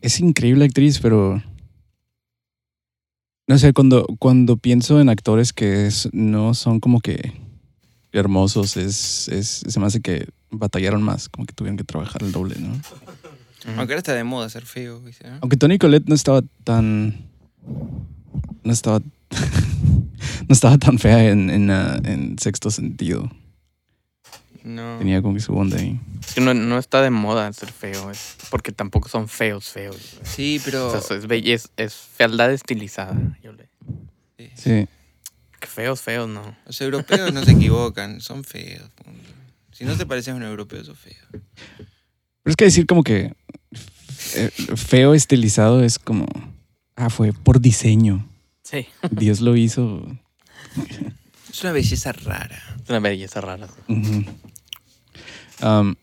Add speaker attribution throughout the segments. Speaker 1: es increíble actriz, pero. No sé, cuando, cuando pienso en actores que es- no son como que hermosos, es, es, se me hace que batallaron más, como que tuvieron que trabajar el doble, ¿no?
Speaker 2: Aunque ahora está de moda ser feo. dice, ¿no?
Speaker 1: Aunque Tony Colette no estaba tan. No estaba. no estaba tan fea en, en, ah, en sexto sentido.
Speaker 2: No.
Speaker 1: Tenía como que su onda ahí.
Speaker 3: Es que no, no está de moda ser feo, es porque tampoco son feos, feos. güey.
Speaker 2: Sí, pero.
Speaker 3: O sea, es belleza, es fealdad estilizada. Yo le-
Speaker 2: sí.
Speaker 1: Sí.
Speaker 3: que feos, feos, no.
Speaker 2: eh, Los europeos no se equivocan, son feos. Si no te pareces a un europeo, sos feo.
Speaker 1: Pero es que decir como que eh, feo estilizado es como, ah, fue por diseño.
Speaker 3: Sí.
Speaker 1: Dios lo hizo.
Speaker 2: Es una belleza rara.
Speaker 3: Es una belleza rara. güey.
Speaker 1: Ujú. Am,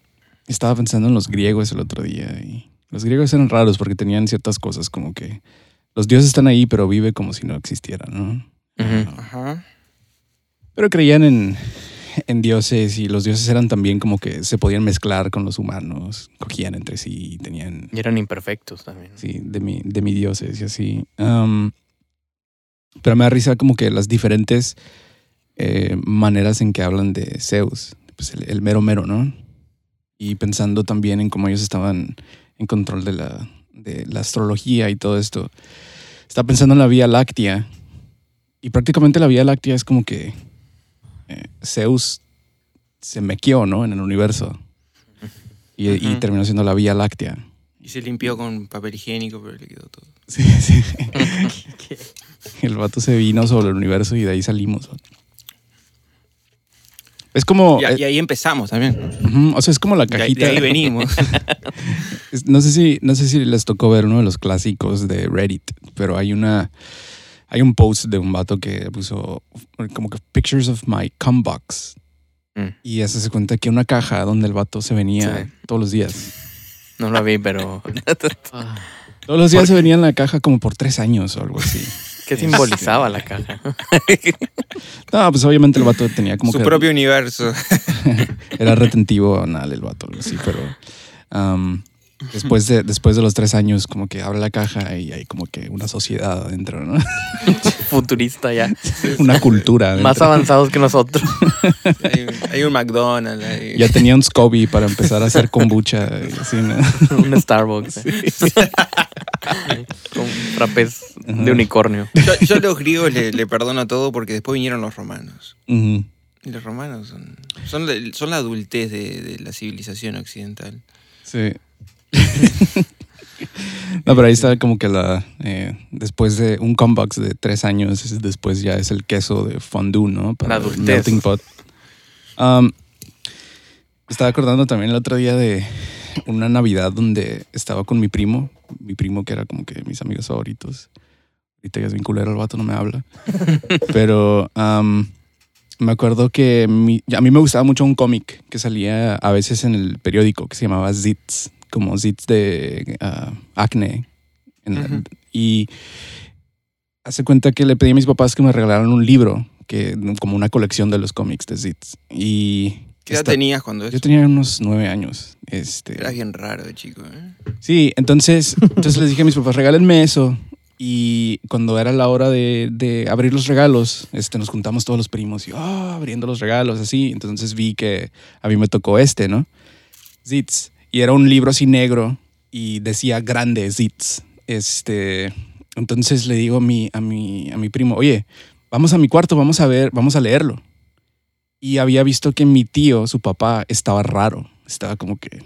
Speaker 1: estaba pensando en los griegos el otro día y los griegos eran raros porque tenían ciertas cosas como que los dioses están ahí pero vive como si no existieran, ¿no?
Speaker 2: Ajá.
Speaker 1: Pero creían en, en dioses y los dioses eran también como que se podían mezclar con los humanos, cogían entre sí y tenían
Speaker 3: Y eran imperfectos también.
Speaker 1: Sí, de mi, de mi dioses y así. Am, pero me da risa como que las diferentes eh, maneras en que hablan de Zeus, pues el, el mero mero, ¿no? Y pensando también en cómo ellos estaban en control de la, de la astrología y todo esto. Está pensando en la Vía Láctea y prácticamente la Vía Láctea es como que eh, Zeus se mequeó, ¿no? En el universo. Y, y
Speaker 3: Ujú.
Speaker 1: terminó siendo la Vía Láctea.
Speaker 2: Y se limpió con papel higiénico, pero le quedó todo.
Speaker 1: Sí, sí. El vato se vino sobre el universo y de ahí salimos. Es como.
Speaker 2: Y, a-
Speaker 1: eh,
Speaker 2: y ahí empezamos también.
Speaker 1: ujú, o sea, es como la
Speaker 2: De ahí,
Speaker 1: cajita.
Speaker 2: de ahí venimos.
Speaker 1: Es- No sé si, no sé si les tocó ver uno de los clásicos de Reddit, pero hay una. Hay un post de un vato que puso como que pictures of my cum box.
Speaker 3: Mm.
Speaker 1: Y hace se cuenta que una caja donde el vato se venía
Speaker 3: Sí.
Speaker 1: todos los días.
Speaker 3: No lo vi, pero.
Speaker 1: Todos los días se venía en la caja como por tres años o algo así.
Speaker 3: ¿Qué simbolizaba la caja?
Speaker 1: No, pues obviamente el vato tenía como
Speaker 2: Su
Speaker 1: que.
Speaker 2: propio universo.
Speaker 1: era retentivo anal el vato, algo así, pero am, después, de, después de los tres años como que abre la caja y hay como que una sociedad adentro, ¿no?
Speaker 3: Futurista ya.
Speaker 1: una cultura.
Speaker 3: Más
Speaker 1: adentro.
Speaker 3: avanzados que nosotros.
Speaker 2: Hay, un- hay un McDonald's. hay-
Speaker 1: Ya tenía un Scoby para empezar a hacer kombucha y así, ¿no?
Speaker 3: Un Starbucks. eh. Con frappés de unicornio.
Speaker 2: Yo, yo a los griegos le, le perdono todo porque después vinieron los romanos.
Speaker 1: Ujú.
Speaker 2: Y los romanos son, son, la- son la adultez de, de la civilización occidental.
Speaker 1: Sí. No, pero ahí está como que la. eh, después de un comebox de tres años, es- después ya es el queso de fondue, ¿no?
Speaker 3: La
Speaker 1: el
Speaker 3: adultez.
Speaker 1: melting pot. Am, estaba acordando también el otro día de una Navidad donde estaba con mi primo, mi primo que era como que mis amigos favoritos. Ahorita ya es bien culero, el vato no me habla. Pero am, me acuerdo que mi- a mí me gustaba mucho un cómic que salía a veces en el periódico que se llamaba Zits, como Zits de ah, acne. En la-
Speaker 2: Ujú.
Speaker 1: Y hace cuenta que le pedí a mis papás que me regalaran un libro, que, como una colección de los cómics de Zits. Y
Speaker 2: ¿Qué edad
Speaker 1: esta-
Speaker 2: tenías cuando
Speaker 1: Yo
Speaker 2: eso?
Speaker 1: tenía unos nueve años. Este,
Speaker 2: Eras bien raro, de chico. ¿eh?
Speaker 1: Sí, entonces, entonces les dije a mis papás, regálenme eso. Y cuando era la hora de, de abrir los regalos, este, nos juntamos todos los primos y "Ah, abriendo los regalos, así. Entonces vi que a mí me tocó este, ¿no? Zits. Y era un libro así negro y decía grande Zits. Este, entonces le digo a mi, a, mi, a mi primo, oye, vamos a mi cuarto, vamos a ver, vamos a leerlo. Y había visto que mi tío, su papá, estaba raro. Estaba como que,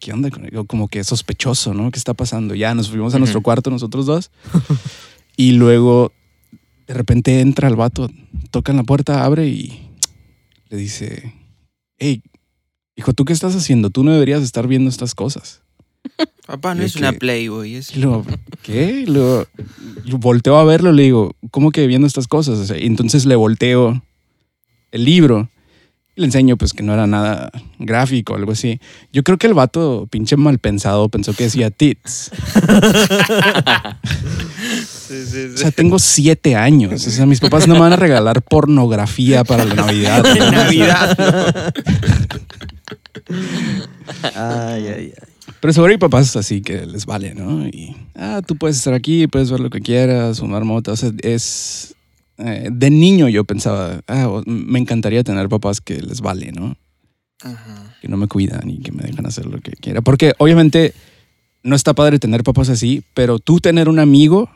Speaker 1: ¿qué onda? con él? Como que sospechoso, ¿no? ¿Qué está pasando? Ya nos fuimos a nuestro
Speaker 3: Ujú.
Speaker 1: cuarto nosotros dos. y luego, de repente entra el vato, toca en la puerta, abre y le dice, hey, hijo, ¿tú qué estás haciendo? Tú no deberías estar viendo estas cosas.
Speaker 2: Papá, no
Speaker 1: Y
Speaker 2: es
Speaker 1: que-
Speaker 2: una Playboy. Es...
Speaker 1: Y luego, ¿qué? Y luego, yo volteo a verlo y le digo, ¿cómo que viendo estas cosas? O sea, y entonces le volteo el libro y le enseño pues que no era nada gráfico, algo así. Yo creo que el vato, pinche mal pensado, pensó que decía tits. O sea, tengo siete años. O sea, mis papás no me van a regalar pornografía para la Navidad. ¿no?
Speaker 2: Navidad.
Speaker 4: Ay, ay, ay.
Speaker 1: Pero seguro hay papás así que les vale, ¿no? Y, ah, tú puedes estar aquí, puedes ver lo que quieras, fumar mota. O sea, es... eh, de niño yo pensaba, ah, o- me encantaría tener papás que les vale, ¿no?
Speaker 2: Ajá.
Speaker 1: que no me cuidan y que me dejan hacer lo que quiera. Porque obviamente no está padre tener papás así, pero tú tener un amigo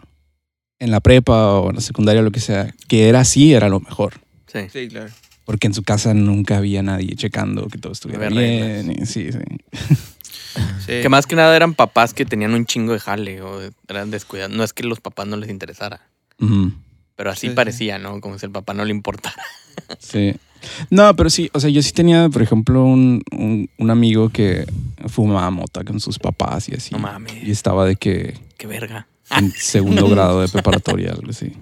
Speaker 1: en la prepa o en la secundaria o lo que sea, que era así, era lo mejor.
Speaker 3: Sí.
Speaker 2: Sí, claro.
Speaker 1: Porque en su casa nunca había nadie checando que todo estuviera
Speaker 3: Había
Speaker 1: bien. y- sí, sí.
Speaker 2: Sí.
Speaker 3: Que más que nada eran papás que tenían un chingo de jale o eran descuidados. No es que los papás no les interesara,
Speaker 1: Ujú,
Speaker 3: pero así
Speaker 2: Sí, sí.
Speaker 3: parecía, ¿no? Como si el papá no le importara.
Speaker 1: sí. No, pero sí, o sea, yo sí tenía, por ejemplo, un, un- un amigo que fumaba mota con sus papás y así.
Speaker 3: No mames.
Speaker 1: Y estaba de que
Speaker 3: Qué verga.
Speaker 1: en segundo grado de preparatoria, algo así.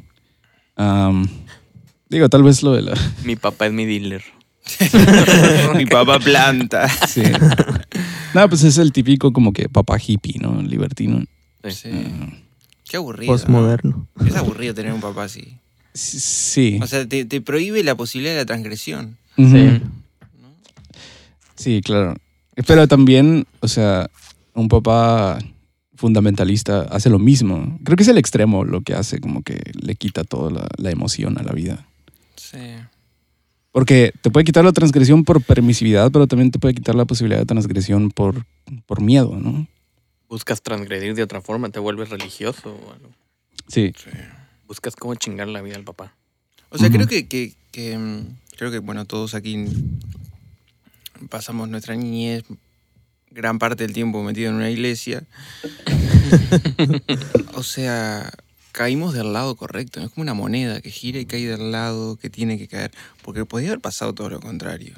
Speaker 1: Am, digo, tal vez lo de la...
Speaker 3: Mi papá es mi dealer.
Speaker 2: Mi papá planta.
Speaker 1: Sí. No, pues es el típico como que papá hippie, ¿no? Libertino.
Speaker 2: Sí. Qué aburrido. ¿no?
Speaker 4: Postmoderno.
Speaker 2: Es aburrido tener un papá así.
Speaker 1: S- Sí.
Speaker 2: O sea, te, te prohíbe la posibilidad de la transgresión.
Speaker 1: Ujú.
Speaker 3: sí.
Speaker 1: Sí, claro. Pero también, o sea, un papá fundamentalista hace lo mismo. Creo que es el extremo lo que hace, como que le quita toda la, la emoción a la vida.
Speaker 2: Sí.
Speaker 1: Porque te puede quitar la transgresión por permisividad, pero también te puede quitar la posibilidad de transgresión por, por miedo, ¿no?
Speaker 3: Buscas transgredir de otra forma, te vuelves religioso o algo.
Speaker 1: Sí.
Speaker 3: Buscas cómo chingar la vida al papá.
Speaker 2: O sea,
Speaker 1: Ujú.
Speaker 2: creo que, que- que, mm, creo que bueno, todos aquí pasamos nuestra niñez gran parte del tiempo metido en una iglesia. o sea, caímos del lado correcto, no es como una moneda que gira y cae del lado que tiene que caer, porque podía haber pasado todo lo contrario.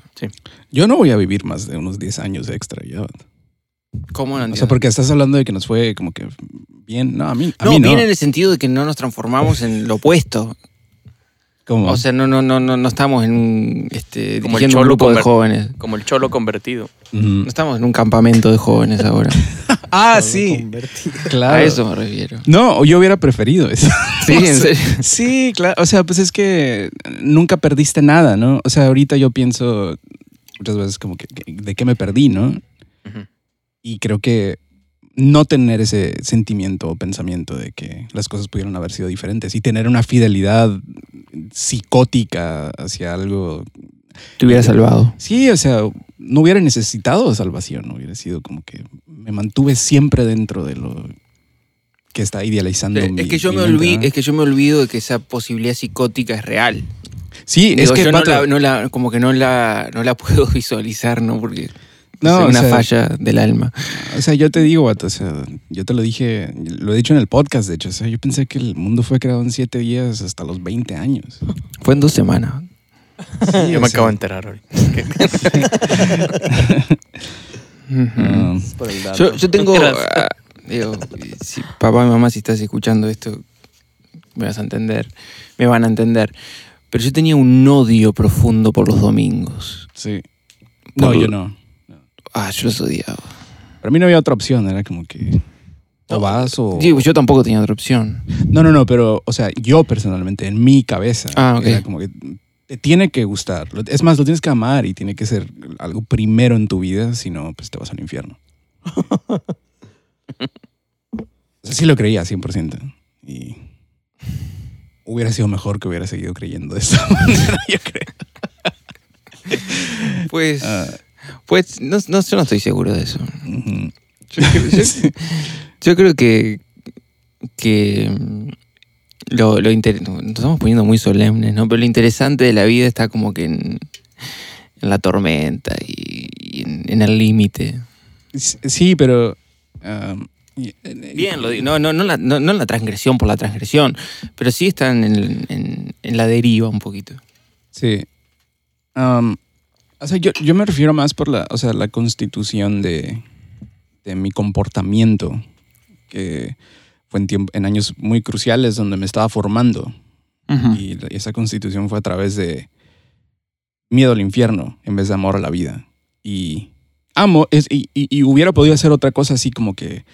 Speaker 1: Yo no voy a vivir más de unos 10 años extra, ya.
Speaker 2: ¿Cómo no
Speaker 1: O sea,
Speaker 2: entiendo?
Speaker 1: porque estás hablando de que nos fue como que bien. No, a mí a
Speaker 2: no,
Speaker 1: mí no.
Speaker 2: viene en el sentido de que no nos transformamos en lo opuesto.
Speaker 1: Como-
Speaker 2: O sea, no, no, no, no, no estamos en un, este,
Speaker 3: Como el
Speaker 2: dirigiendo un
Speaker 3: cholo
Speaker 2: grupo de
Speaker 3: conver-
Speaker 2: jóvenes.
Speaker 3: Como el cholo convertido.
Speaker 1: Ujú.
Speaker 2: No estamos en un campamento de jóvenes ahora.
Speaker 1: Ah,
Speaker 4: Convertido.
Speaker 1: claro.
Speaker 2: A eso me refiero.
Speaker 1: No, yo hubiera preferido eso.
Speaker 2: Sí, en serio.
Speaker 1: sí, claro. O sea, pues es que nunca perdiste nada, ¿no? O sea, ahorita yo pienso muchas veces como que, que- de qué me perdí, ¿no?
Speaker 3: Ujú.
Speaker 1: Y creo que no tener ese sentimiento o pensamiento de que las cosas pudieron haber sido diferentes y tener una fidelidad psicótica hacia algo
Speaker 2: Te hubiera salvado.
Speaker 1: Sí, o sea, no hubiera necesitado salvación, hubiera sido como que me mantuve siempre dentro de lo que está idealizando. mi-
Speaker 2: es, que yo
Speaker 1: mi
Speaker 2: me
Speaker 1: mente,
Speaker 2: olvi-
Speaker 1: ¿no?
Speaker 2: es que yo me olvido de que esa posibilidad psicótica es real.
Speaker 1: Sí, es
Speaker 2: Digo,
Speaker 1: que
Speaker 2: yo no
Speaker 1: vato,
Speaker 2: la, no la- como que no la, no la puedo visualizar, ¿no? Porque
Speaker 1: No,
Speaker 2: no,
Speaker 1: o
Speaker 2: una
Speaker 1: sea-
Speaker 2: falla del alma.
Speaker 1: o sea, yo te digo, vato, o sea, yo te lo dije, lo he dicho en el podcast, de hecho, o sea, yo pensé que el mundo fue creado en siete días hasta los 20 años.
Speaker 2: Fue en dos semanas.
Speaker 1: Sí,
Speaker 3: Yo
Speaker 1: o
Speaker 3: me
Speaker 1: sea,
Speaker 3: acabo de enterar ahorita.
Speaker 2: Ujú.
Speaker 1: ah,
Speaker 4: Por el dato.
Speaker 2: yo, yo tengo.
Speaker 3: Gracias.
Speaker 2: ah, digo, si papá y mamá, si estás escuchando esto, me vas a entender. Me van a entender. Pero yo tenía un odio profundo por los domingos.
Speaker 1: sí. No,
Speaker 2: Por-
Speaker 1: yo no.
Speaker 2: Ah, yo los odiaba.
Speaker 1: Para mí no había otra opción, era como que o vas o...
Speaker 2: Digo, yo tampoco tenía otra opción.
Speaker 1: No, no, no, pero, o sea, yo personalmente, en mi cabeza,
Speaker 2: Ah, ok.
Speaker 1: era como que te tiene que gustar. Lo- Es más, lo tienes que amar y tiene que ser algo primero en tu vida, si no, pues te vas al infierno. O sea, sí lo creía 100%. Y hubiera sido mejor que hubiera seguido creyendo de esta manera, yo creo.
Speaker 2: Pues,
Speaker 1: Ah.
Speaker 2: pues no, no, yo no estoy seguro de eso.
Speaker 1: Ujú.
Speaker 2: Yo creo, yo- yo creo que, que mm, lo, lo inter- nos estamos poniendo muy solemnes, ¿no? Pero lo interesante de la vida está como que en, en la tormenta y, y en, en el límite.
Speaker 1: Sí, pero... um, y-
Speaker 2: Bien, lo di- no, no, no, la, no, no la transgresión por la transgresión, pero sí están en, en- en la deriva un poquito.
Speaker 1: Sí. Am, o sea, yo, yo me refiero más por la, o sea, la constitución de, de mi comportamiento, que fue en, tiemp- en años muy cruciales donde me estaba formando.
Speaker 2: Mm.
Speaker 1: Y la- esa constitución fue a través de miedo al infierno en vez de amor a la vida. Y amo, es- y, y- y hubiera podido hacer otra cosa así como que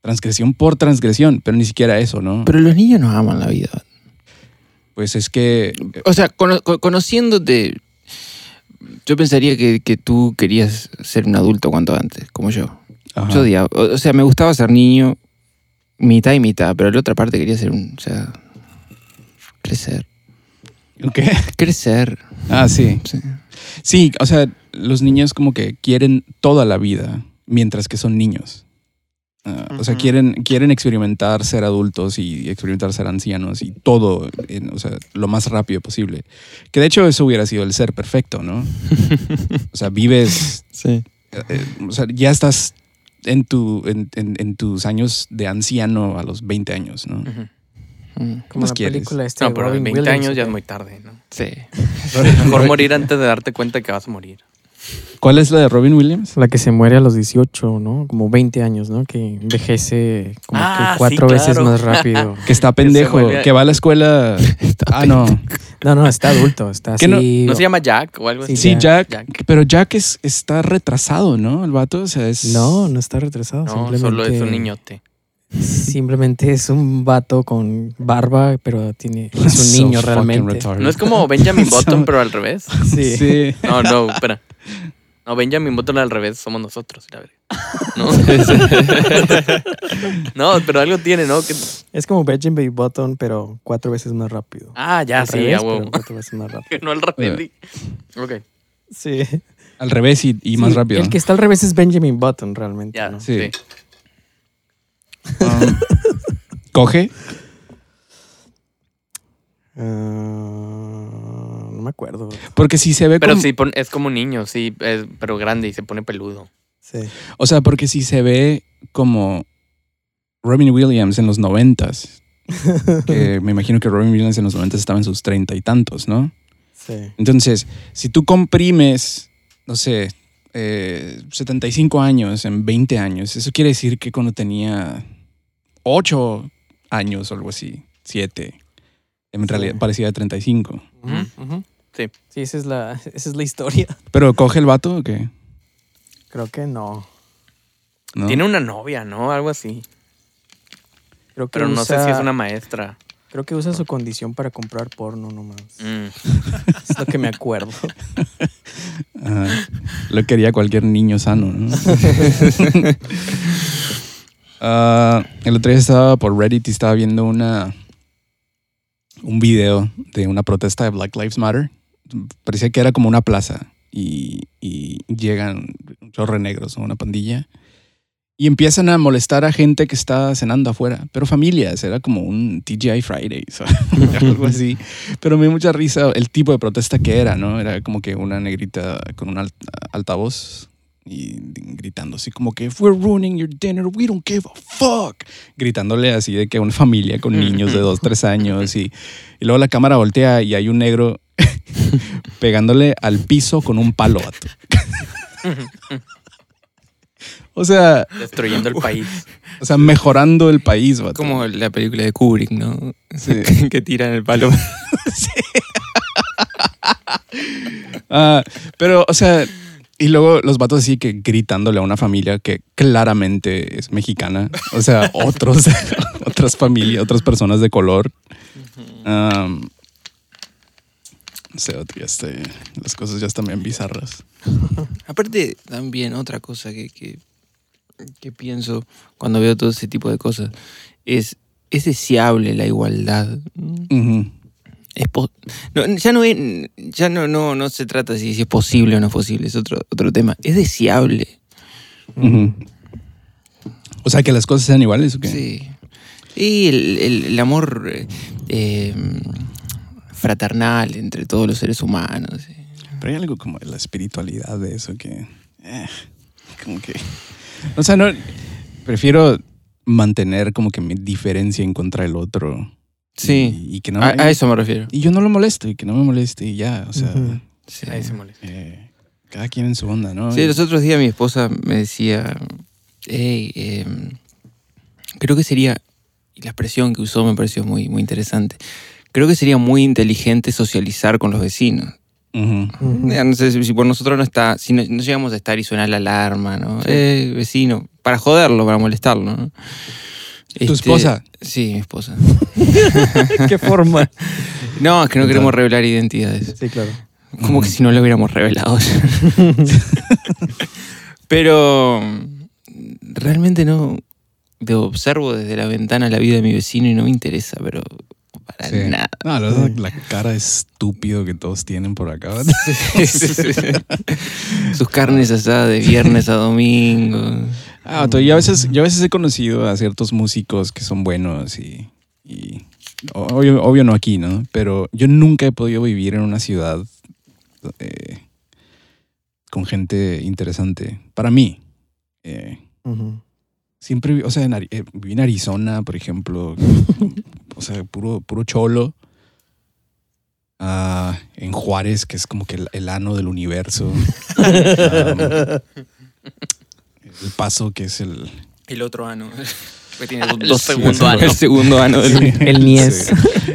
Speaker 1: transgresión por transgresión, pero ni siquiera eso, ¿no?
Speaker 2: Pero los niños no aman la vida.
Speaker 1: pues es que... eh,
Speaker 2: O sea, cono- co- conociéndote, yo pensaría que, que tú querías ser un adulto cuanto antes, como yo.
Speaker 1: Ajá.
Speaker 2: Yo odiaba- o o sea, me gustaba ser niño mitad y mitad, pero la otra parte quería ser un, o sea, crecer.
Speaker 1: Ok.
Speaker 2: Crecer.
Speaker 1: Ah, sí.
Speaker 2: Sí.
Speaker 1: Sí, o sea, los niños como que quieren toda la vida mientras que son niños. Ah, O sea,
Speaker 3: Ujú.
Speaker 1: quieren, quieren experimentar ser adultos y experimentar ser ancianos y todo, en- o sea, lo más rápido posible. Que de hecho eso hubiera sido el ser perfecto, ¿no? O sea, vives,
Speaker 2: Sí.
Speaker 1: eh, eh, o sea, ya estás en, tu, en, en- en tus años de anciano a los 20 años, ¿no?
Speaker 3: Ujú.
Speaker 2: Mm,
Speaker 4: Como
Speaker 1: más
Speaker 4: la
Speaker 1: quieres?
Speaker 4: película esta
Speaker 3: No,
Speaker 4: de
Speaker 3: pero en
Speaker 4: Robin
Speaker 3: 20
Speaker 4: Williams,
Speaker 3: años ya es
Speaker 4: ¿ok?
Speaker 3: muy tarde, ¿no?
Speaker 2: Sí.
Speaker 3: Mejor morir antes de darte cuenta que vas a morir.
Speaker 1: ¿Cuál es la de Robin Williams?
Speaker 4: La que se muere a los 18, ¿no? Como 20 años, ¿no? Que envejece como
Speaker 3: Ah,
Speaker 4: que cuatro
Speaker 3: sí,
Speaker 4: veces
Speaker 3: claro.
Speaker 4: más rápido.
Speaker 1: Que está
Speaker 3: se
Speaker 1: pendejo,
Speaker 3: vuelve-
Speaker 1: que va a la escuela. Ah, no.
Speaker 4: No, no, está adulto, está
Speaker 1: Que
Speaker 4: así.
Speaker 1: no-
Speaker 3: ¿No se llama Jack o algo así?
Speaker 1: Sí, Jack,
Speaker 3: Jack.
Speaker 1: Pero Jack es, está retrasado, ¿no? El vato, o sea, es.
Speaker 4: No, no está retrasado.
Speaker 3: No,
Speaker 4: simplemente,
Speaker 3: solo es un niñote.
Speaker 4: Simplemente es un vato con barba, pero tiene, es un
Speaker 1: So
Speaker 4: niño
Speaker 1: fucking
Speaker 4: realmente.
Speaker 1: retarded.
Speaker 3: No es como Benjamin Button, pero al revés.
Speaker 4: Sí.
Speaker 1: Sí.
Speaker 3: No, no, espera. No, Benjamin Button al revés somos nosotros, la verdad. No. no, pero algo tiene, ¿no? Que-
Speaker 4: Es como Benjamin Button, pero cuatro veces más rápido.
Speaker 3: Ah, ya,
Speaker 4: Al
Speaker 3: sí,
Speaker 4: revés,
Speaker 3: a
Speaker 4: pero
Speaker 3: huevo.
Speaker 4: Cuatro veces más rápido.
Speaker 3: No al revés. Ok,
Speaker 4: Sí.
Speaker 1: Al revés y, y más
Speaker 4: Sí,
Speaker 1: rápido.
Speaker 4: El que está al revés es Benjamin Button, realmente.
Speaker 3: ya,
Speaker 4: ¿no?
Speaker 1: Sí.
Speaker 3: sí.
Speaker 1: Um, coge.
Speaker 4: Ah, no me acuerdo.
Speaker 1: Porque si se ve
Speaker 3: Pero
Speaker 1: como.
Speaker 3: sí, pon- es como un niño, sí, es- pero grande y se pone peludo.
Speaker 4: Sí.
Speaker 1: O sea, porque si se ve como Robin Williams en los noventas. Que me imagino que Robin Williams en los noventas estaba en sus treinta y tantos, ¿no?
Speaker 4: sí.
Speaker 1: Entonces, si tú comprimes, no sé, eh, 75 años en 20 años, eso quiere decir que cuando tenía 8 años o algo así, 7, en realidad parecía de 35.
Speaker 3: Ujú, sí.
Speaker 4: Sí, esa es la, esa es la historia.
Speaker 1: Pero coge el vato o qué?
Speaker 4: Creo que no.
Speaker 1: ¿No?
Speaker 3: Tiene una novia, ¿no? Algo así.
Speaker 4: Creo que
Speaker 3: Pero no sé
Speaker 4: usa-
Speaker 3: si es una maestra.
Speaker 4: Creo que usa su condición para comprar porno nomás.
Speaker 3: Mm.
Speaker 4: Es lo que me acuerdo.
Speaker 1: Ajá. Lo quería cualquier niño sano, ¿no? Ah, el otro día estaba por Reddit y estaba viendo una un video de una protesta de Black Lives Matter. Parecía que era como una plaza y, y llegan un chorro de negros, ¿no? una pandilla, y empiezan a molestar a gente que está cenando afuera, pero familias, era como un TGI Fridays o algo así. Pero me dio mucha risa el tipo de protesta que era, ¿no? Era como que una negrita con un alt- altavoz y gritando así como que We're ruining your dinner, we don't give a fuck. Gritándole así de que a una familia con niños de dos, tres años y, y luego la cámara voltea y hay un negro pegándole al piso con un palo. vato. o sea,
Speaker 3: Destruyendo el país.
Speaker 1: o sea, mejorando el país, vato.
Speaker 2: Como la película de Kubrick, ¿no?
Speaker 1: Sí.
Speaker 2: que tiran el palo.
Speaker 1: Ah, pero, o sea, y luego los vatos así que gritándole a una familia que claramente es mexicana. O sea, otros, otras familias, otras personas de color. Am, no sé, otro, ya este, las cosas ya están bien bizarras.
Speaker 2: Aparte, también otra cosa que, que, que pienso cuando veo todo ese tipo de cosas es, es deseable la igualdad.
Speaker 1: Ujú.
Speaker 2: Es po- no, ya no, es- ya no, no, no se trata si, si es posible o no es posible, es otro, otro tema. Es deseable.
Speaker 1: Ujú. O sea, que las cosas sean iguales o qué?
Speaker 2: Sí. Y el, el- el amor eh, eh, fraternal entre todos los seres humanos. sí.
Speaker 1: Pero hay algo como de la espiritualidad de eso que. eh, como que. O sea, no. Prefiero mantener como que mi diferencia en contra del otro.
Speaker 2: Sí.
Speaker 1: Y, y que no.
Speaker 2: a, a eso me refiero.
Speaker 1: Y yo no lo molesto y que no me moleste y ya. O sea,
Speaker 4: Ujú.
Speaker 2: Sí.
Speaker 3: Ahí se molesta.
Speaker 1: eh, cada quien en su onda, ¿no?
Speaker 2: Sí, los otros días mi esposa me decía, hey, em, creo que sería, y la expresión que usó me pareció muy, muy interesante, creo que sería muy inteligente socializar con los vecinos.
Speaker 1: Ujú.
Speaker 2: Ya No sé si si por nosotros no está, si no, no llegamos a estar y suena la alarma, ¿no? Eh, vecino, para joderlo, para molestarlo, ¿no? Este,
Speaker 1: esposa?
Speaker 2: Sí, mi esposa.
Speaker 4: ¿Qué forma?
Speaker 2: No, es que no queremos revelar identidades.
Speaker 4: Sí, claro.
Speaker 2: Como que si no lo hubiéramos revelado. Pero mm, realmente no. Te observo desde la ventana la vida de mi vecino y no me interesa, pero para
Speaker 1: Sí.
Speaker 2: nada.
Speaker 1: No, la, verdad, la cara de estúpido que todos tienen por acá. ¿verdad?
Speaker 2: Sus carnes asadas de viernes a domingo.
Speaker 1: Ah, vato, yo a veces, yo a veces he conocido a ciertos músicos que son buenos y, y- o- obvio, obvio no aquí, ¿no? Pero yo nunca he podido vivir en una ciudad eh, con gente interesante. Para mí. eh,
Speaker 4: Ujú.
Speaker 1: siempre, vi- o sea, en, Ari- eh, viví en Arizona, por ejemplo. o sea, puro, puro cholo. Ah, en Juárez, que es como que el, el ano del universo. Am, el paso, que es el,
Speaker 2: El otro ano.
Speaker 3: Ah, El segundo ano.
Speaker 2: El segundo ano del
Speaker 4: El Nies.
Speaker 1: Sí.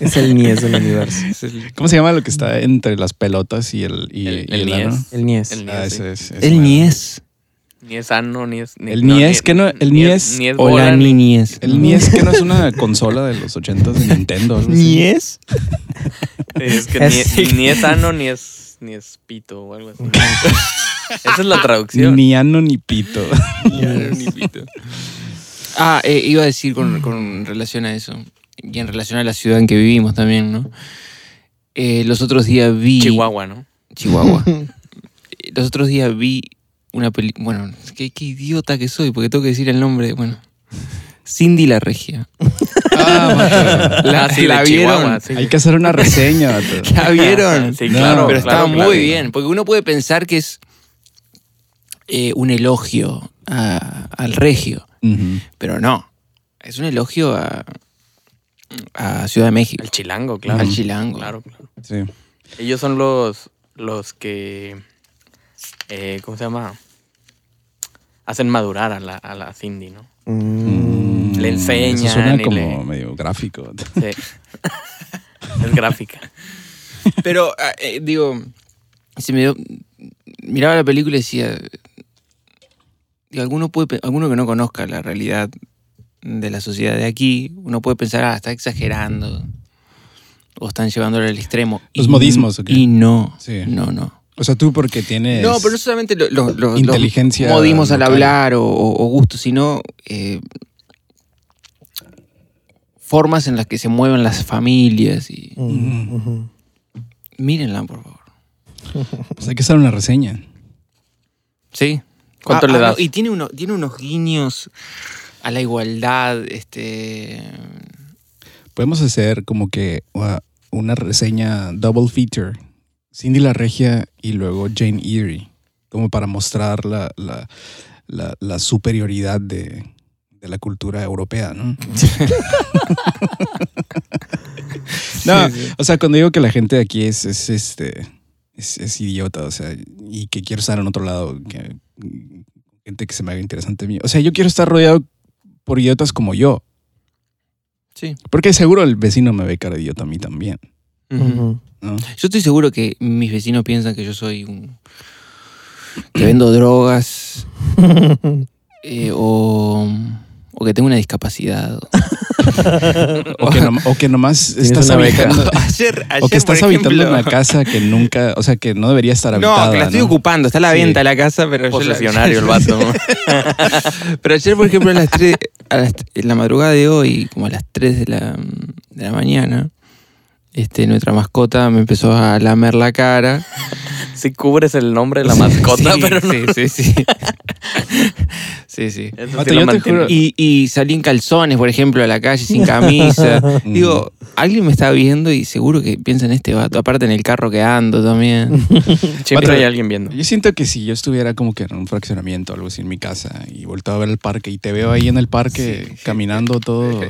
Speaker 4: Es el Nies del universo.
Speaker 2: Es el-
Speaker 1: ¿Cómo se llama lo que está entre las pelotas y el, y,
Speaker 3: El- E
Speaker 1: y
Speaker 3: el
Speaker 1: ano?
Speaker 3: niés.
Speaker 4: El Nies.
Speaker 3: El-
Speaker 1: Ah,
Speaker 3: niés, sí.
Speaker 1: ese es- ese
Speaker 2: El E
Speaker 1: mero.
Speaker 2: niés
Speaker 3: Ni es ano, ni es. ni-
Speaker 1: El
Speaker 3: no,
Speaker 1: niés, que no- el niés
Speaker 3: Ni es
Speaker 2: o
Speaker 3: bola,
Speaker 2: la
Speaker 3: ni-
Speaker 2: niñez.
Speaker 1: El niés que no es una consola de los 80 de Nintendo. algo así.
Speaker 2: ¿Niés?
Speaker 3: Es que
Speaker 4: Es-
Speaker 3: ni, ni es ano, ni es, ni es pito o algo así. Esa es la traducción.
Speaker 1: Ni ano ni pito.
Speaker 2: Ah, eh, iba a decir
Speaker 3: Mm.
Speaker 2: con, con relación a eso. Y en relación a la ciudad en que vivimos también, ¿no? Eh, los otros días vi.
Speaker 3: Chihuahua, ¿no?
Speaker 2: Chihuahua. Eh, los otros días vi una película. Bueno, qué, qué idiota que soy, porque tengo que decir el nombre. Bueno. Cindy la Regia.
Speaker 1: Ah, vato.
Speaker 2: La,
Speaker 3: Ah, sí, de
Speaker 2: la
Speaker 3: Chihuahua,
Speaker 2: vieron.
Speaker 3: sí.
Speaker 1: Hay que hacer una reseña. vato.
Speaker 2: La vieron.
Speaker 3: Sí,
Speaker 1: No,
Speaker 3: claro.
Speaker 2: Pero
Speaker 3: claro,
Speaker 2: estaba
Speaker 3: claro.
Speaker 2: muy bien, porque uno puede pensar que es eh, un elogio a- al regio,
Speaker 1: Ujú.
Speaker 2: pero no. Es un elogio a, a Ciudad de México,
Speaker 3: El chilango, claro.
Speaker 2: al chilango.
Speaker 3: Claro, claro.
Speaker 1: Sí.
Speaker 3: Ellos son los, los que. eh, ¿Cómo se llama? Hacen madurar a la, a la Cindy, ¿no?
Speaker 4: Mm.
Speaker 3: Le enseñan
Speaker 1: Eso suena
Speaker 3: y
Speaker 1: como
Speaker 3: le-
Speaker 1: medio gráfico.
Speaker 3: Sí. es gráfica.
Speaker 2: Pero, ah, eh, digo, se me dio- miraba la película y decía, digo, alguno, puede, pe- alguno que no conozca la realidad de la sociedad de aquí, uno puede pensar, ah, está exagerando, o están llevándolo al extremo.
Speaker 1: Los
Speaker 2: Y-
Speaker 1: modismos, ¿ok?
Speaker 2: Y no,
Speaker 1: Sí.
Speaker 2: no, no.
Speaker 1: O sea, tú porque tienes...
Speaker 2: No, pero no solamente lo- lo- lo- los
Speaker 1: Inteligencia
Speaker 2: modismos al
Speaker 1: local.
Speaker 2: hablar o, o- o gustos, sino eh, formas en las que se mueven las familias. Y...
Speaker 4: Mm, ujú.
Speaker 2: Mírenla, por favor.
Speaker 1: Pues hay que hacer una reseña.
Speaker 2: ¿Sí?
Speaker 3: ¿Cuánto
Speaker 2: Ah,
Speaker 3: le
Speaker 2: ah, no,
Speaker 3: das?
Speaker 2: y tiene, uno- tiene unos guiños a la igualdad, este...
Speaker 1: Podemos hacer como que ua, una reseña double feature. Cindy la Regia y luego Jane Eyre. Como para mostrar la, la, la, la superioridad de, de la cultura europea, ¿no? no, o sea, cuando digo que la gente de aquí es, es este... Es, es idiota, o sea, y que quiero estar en otro lado, que, gente que se me haga interesante a mí. O sea, yo quiero estar rodeado por idiotas como yo.
Speaker 2: Sí.
Speaker 1: Porque seguro el vecino me ve cara de idiota a mí también,
Speaker 2: Ujú.
Speaker 4: Ujú.
Speaker 1: ¿no?
Speaker 2: Yo estoy seguro que mis vecinos piensan que yo soy un... que vendo drogas, Eh, o, o que tengo una discapacidad.
Speaker 1: O que, nom- o que nomás
Speaker 4: Tienes
Speaker 1: estás
Speaker 4: una beca.
Speaker 1: habitando,
Speaker 2: ayer, ayer,
Speaker 1: o que estás
Speaker 2: por ejemplo-
Speaker 1: habitando una casa que nunca, o sea, que no debería estar habitada.
Speaker 2: No, que la estoy
Speaker 1: ¿no?
Speaker 2: ocupando, está a la
Speaker 1: Sí.
Speaker 2: venta la casa, pero yo la-
Speaker 3: Posesionario el vato. ¿no?
Speaker 2: Pero ayer, por ejemplo, a las 3, a las- en la madrugada de hoy, como a las 3 de la, de la mañana, este, nuestra mascota me empezó a lamer la cara.
Speaker 3: Sí cubres el nombre de la mascota,
Speaker 2: Sí,
Speaker 3: pero no.
Speaker 2: Sí, sí, sí. sí, sí.
Speaker 3: Eso
Speaker 1: Vato,
Speaker 3: sí lo
Speaker 1: yo te
Speaker 3: mantiene.
Speaker 1: juro-
Speaker 2: Y, y salí en calzones, por ejemplo, a la calle sin camisa. Digo, alguien me está viendo y seguro que piensa en este vato. Aparte en el carro que ando también.
Speaker 3: Siempre
Speaker 1: Vato,
Speaker 3: hay alguien viendo.
Speaker 1: Yo siento que si yo estuviera como que en un fraccionamiento o algo así en mi casa y volteo a ver el parque y te veo ahí en el parque caminando todo,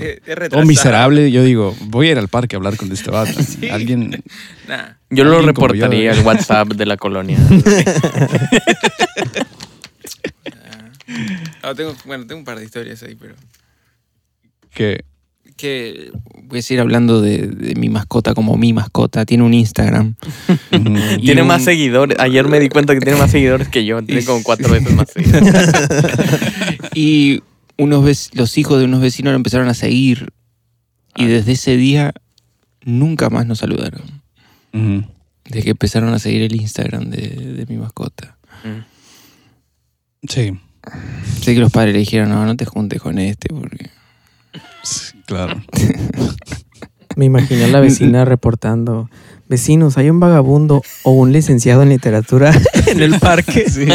Speaker 1: todo miserable, yo digo, voy a ir al parque a hablar con este vato. Alguien,
Speaker 3: Yo
Speaker 1: Alguien
Speaker 3: lo
Speaker 1: como yo, ¿eh?
Speaker 3: reportaría al WhatsApp de la colonia.
Speaker 2: bueno, Ah, tengo un par de historias ahí, pero...
Speaker 1: que
Speaker 2: Que voy a seguir hablando de, de mi mascota como mi mascota. Tiene un Instagram. Y
Speaker 3: tiene
Speaker 2: un-
Speaker 3: más seguidores. Ayer me di cuenta que tiene más seguidores que yo. Tiene como cuatro veces más seguidores.
Speaker 2: Y unos vec- los hijos de unos vecinos lo empezaron a seguir. Y desde ese día nunca más nos saludaron.
Speaker 1: Ujú.
Speaker 2: Desde que empezaron a seguir el Instagram de, de mi mascota.
Speaker 3: Mm.
Speaker 1: sí,
Speaker 2: Sé que los padres le dijeron, no, no te juntes con este, porque...
Speaker 1: Sí, claro.
Speaker 4: Me imaginé a la vecina reportando. Vecinos, hay un vagabundo o un licenciado en literatura en el parque.
Speaker 1: Sí.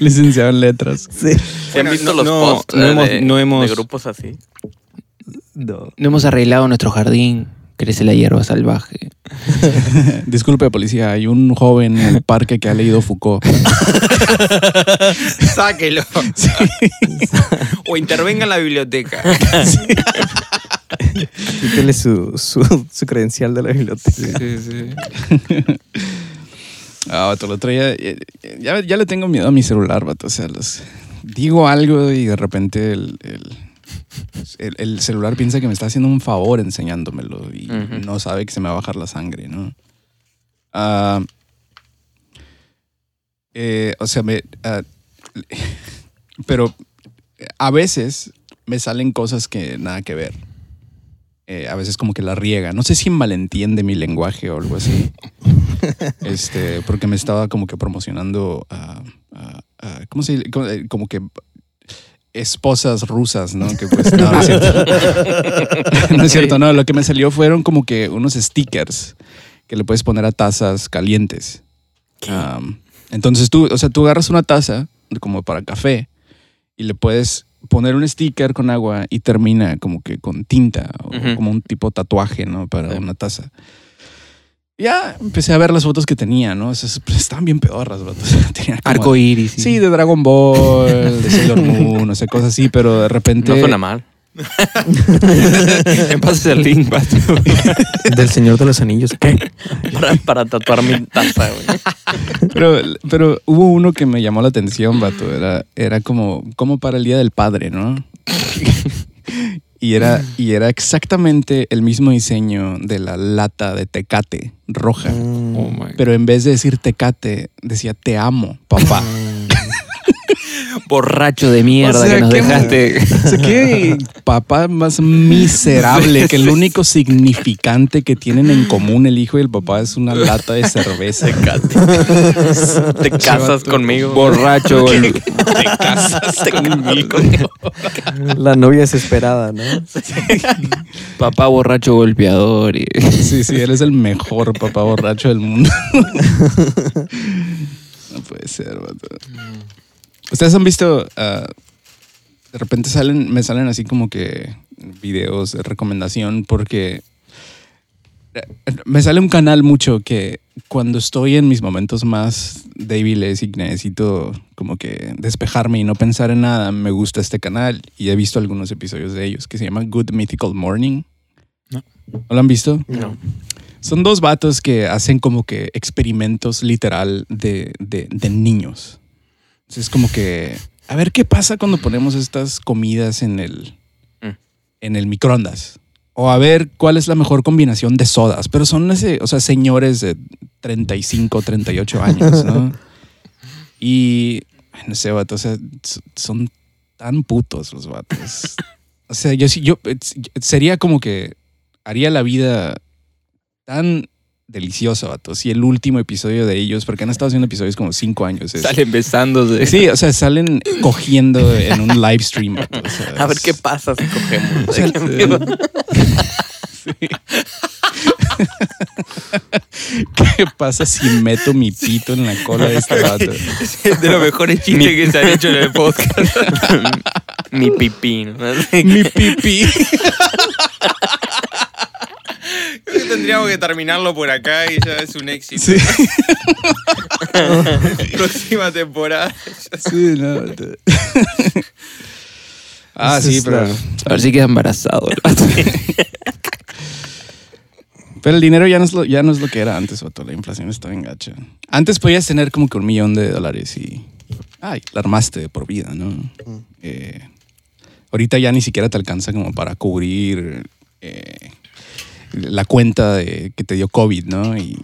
Speaker 1: Licenciado en letras.
Speaker 4: Sí.
Speaker 3: ¿Se han
Speaker 2: Bueno,
Speaker 3: visto
Speaker 2: no-
Speaker 3: los
Speaker 2: no,
Speaker 3: posts
Speaker 2: no
Speaker 3: de-
Speaker 2: hemos-
Speaker 3: de,
Speaker 2: no
Speaker 3: de
Speaker 2: hemos-
Speaker 3: grupos así?
Speaker 4: No.
Speaker 2: No hemos arreglado nuestro jardín, crece la hierba salvaje.
Speaker 1: Disculpe, policía, hay un joven en el parque que ha leído Foucault.
Speaker 2: Sáquelo. o intervenga en la biblioteca.
Speaker 4: Quítele su, su, su credencial de la biblioteca.
Speaker 2: Sí, sí.
Speaker 1: Ah, vato, el otro día, eh, ya, ya le tengo miedo a mi celular, vato. O sea, los- digo algo y de repente el, el- el- el celular piensa que me está haciendo un favor enseñándomelo y
Speaker 3: Ujú.
Speaker 1: no sabe que se me va a bajar la sangre, ¿no? Ah, eh, o sea, me, ah, pero a veces me salen cosas que nada que ver. Eh, a veces como que la riega. No sé si malentiende mi lenguaje o algo así. este, porque me estaba como que promocionando a... a- a- ¿Cómo se dice? Como, eh, como que esposas rusas, ¿no? Que pues no, no es cierto. no es cierto, no. Lo que me salió fueron como que unos stickers que le puedes poner a tazas calientes. Am, entonces tú, o sea, tú agarras una taza como para café y le puedes poner un sticker con agua y termina como que con tinta o
Speaker 3: Ujú.
Speaker 1: como un tipo tatuaje, ¿no? Para
Speaker 3: Sí.
Speaker 1: una taza. Ya empecé a ver las fotos que tenía, ¿no? Esas, pues, estaban bien pedorras, vato. Tenía como-
Speaker 2: Arco iris.
Speaker 1: Sí, de Dragon Ball, de Sailor Moon, no sé, cosas así, pero de repente...
Speaker 3: No suena mal.
Speaker 2: Me pasas el link, Pato.
Speaker 4: Del Señor de los Anillos. ¿Qué?
Speaker 3: Para, para tatuar mi taza, güey.
Speaker 1: Pero, pero hubo uno que me llamó la atención, vato. Era, era como, como para el Día del Padre, ¿no? y, era, y era exactamente el mismo diseño de la lata de tecate roja.
Speaker 4: Ah. Mm,
Speaker 2: Oh my God.
Speaker 1: Pero en vez de decir tecate, decía te amo, papá.
Speaker 2: Borracho de mierda
Speaker 1: O sea,
Speaker 2: que nos
Speaker 1: qué-
Speaker 2: dejaste.
Speaker 1: O sea, qué papá más miserable, que el único significante que tienen en común el hijo y el papá es una lata de cerveza.
Speaker 3: Te casas conmigo.
Speaker 2: Borracho, boludo.
Speaker 3: Te casas conmigo.
Speaker 4: La novia desesperada, ¿no?
Speaker 2: Papá borracho golpeador. y-
Speaker 1: Sí, sí, él es el mejor papá borracho del mundo. no puede ser, vato. Ustedes han visto, ah, de repente salen, me salen así como que videos de recomendación porque eh, me sale un canal mucho que cuando estoy en mis momentos más débiles y que necesito como que despejarme y no pensar en nada, me gusta este canal y he visto algunos episodios de ellos que se llama Good Mythical Morning.
Speaker 2: No.
Speaker 1: ¿No lo han visto?
Speaker 3: No.
Speaker 1: Son dos vatos que hacen como que experimentos literal de, de- de niños. Entonces es como que, a ver qué pasa cuando ponemos estas comidas en el,
Speaker 3: Mm.
Speaker 1: en el microondas. O a ver cuál es la mejor combinación de sodas. Pero son ese, o sea, señores de 35, 38 años, ¿no? y ay, no sé, vato, o sea, s- son tan putos los vatos. o sea, yo sí, yo eh, sería como que haría la vida tan deliciosa, vato. Si el último episodio de ellos, porque han estado haciendo episodios como cinco años. es-
Speaker 2: Sale besándose.
Speaker 1: Sí, o sea, salen cogiendo en un live stream. vato, o sea,
Speaker 3: A ver
Speaker 1: es-
Speaker 3: qué pasa si cogemos.
Speaker 1: o sea, ¿Qué pasa si meto mi pito en la cola de este vato?
Speaker 2: De los mejores chistes que se han hecho en el podcast.
Speaker 3: Mi pipí. ¿no?
Speaker 1: Mi pipí.
Speaker 2: Tendríamos que terminarlo por acá y ya es un éxito.
Speaker 1: Sí.
Speaker 2: Próxima temporada.
Speaker 1: Sí, no. te- ah,
Speaker 4: Esa
Speaker 1: sí,
Speaker 4: es
Speaker 1: pero.
Speaker 4: la-
Speaker 2: A ver si queda embarazado.
Speaker 1: Pero el dinero ya no es lo, ya no es lo que era antes, vato. La inflación está bien gacha. Antes podías tener como que un millón de dólares y. Ay, la armaste de por vida, ¿no? Eh, ahorita ya ni siquiera te alcanza como para cubrir eh, la cuenta de, que te dio COVID, ¿no? Y.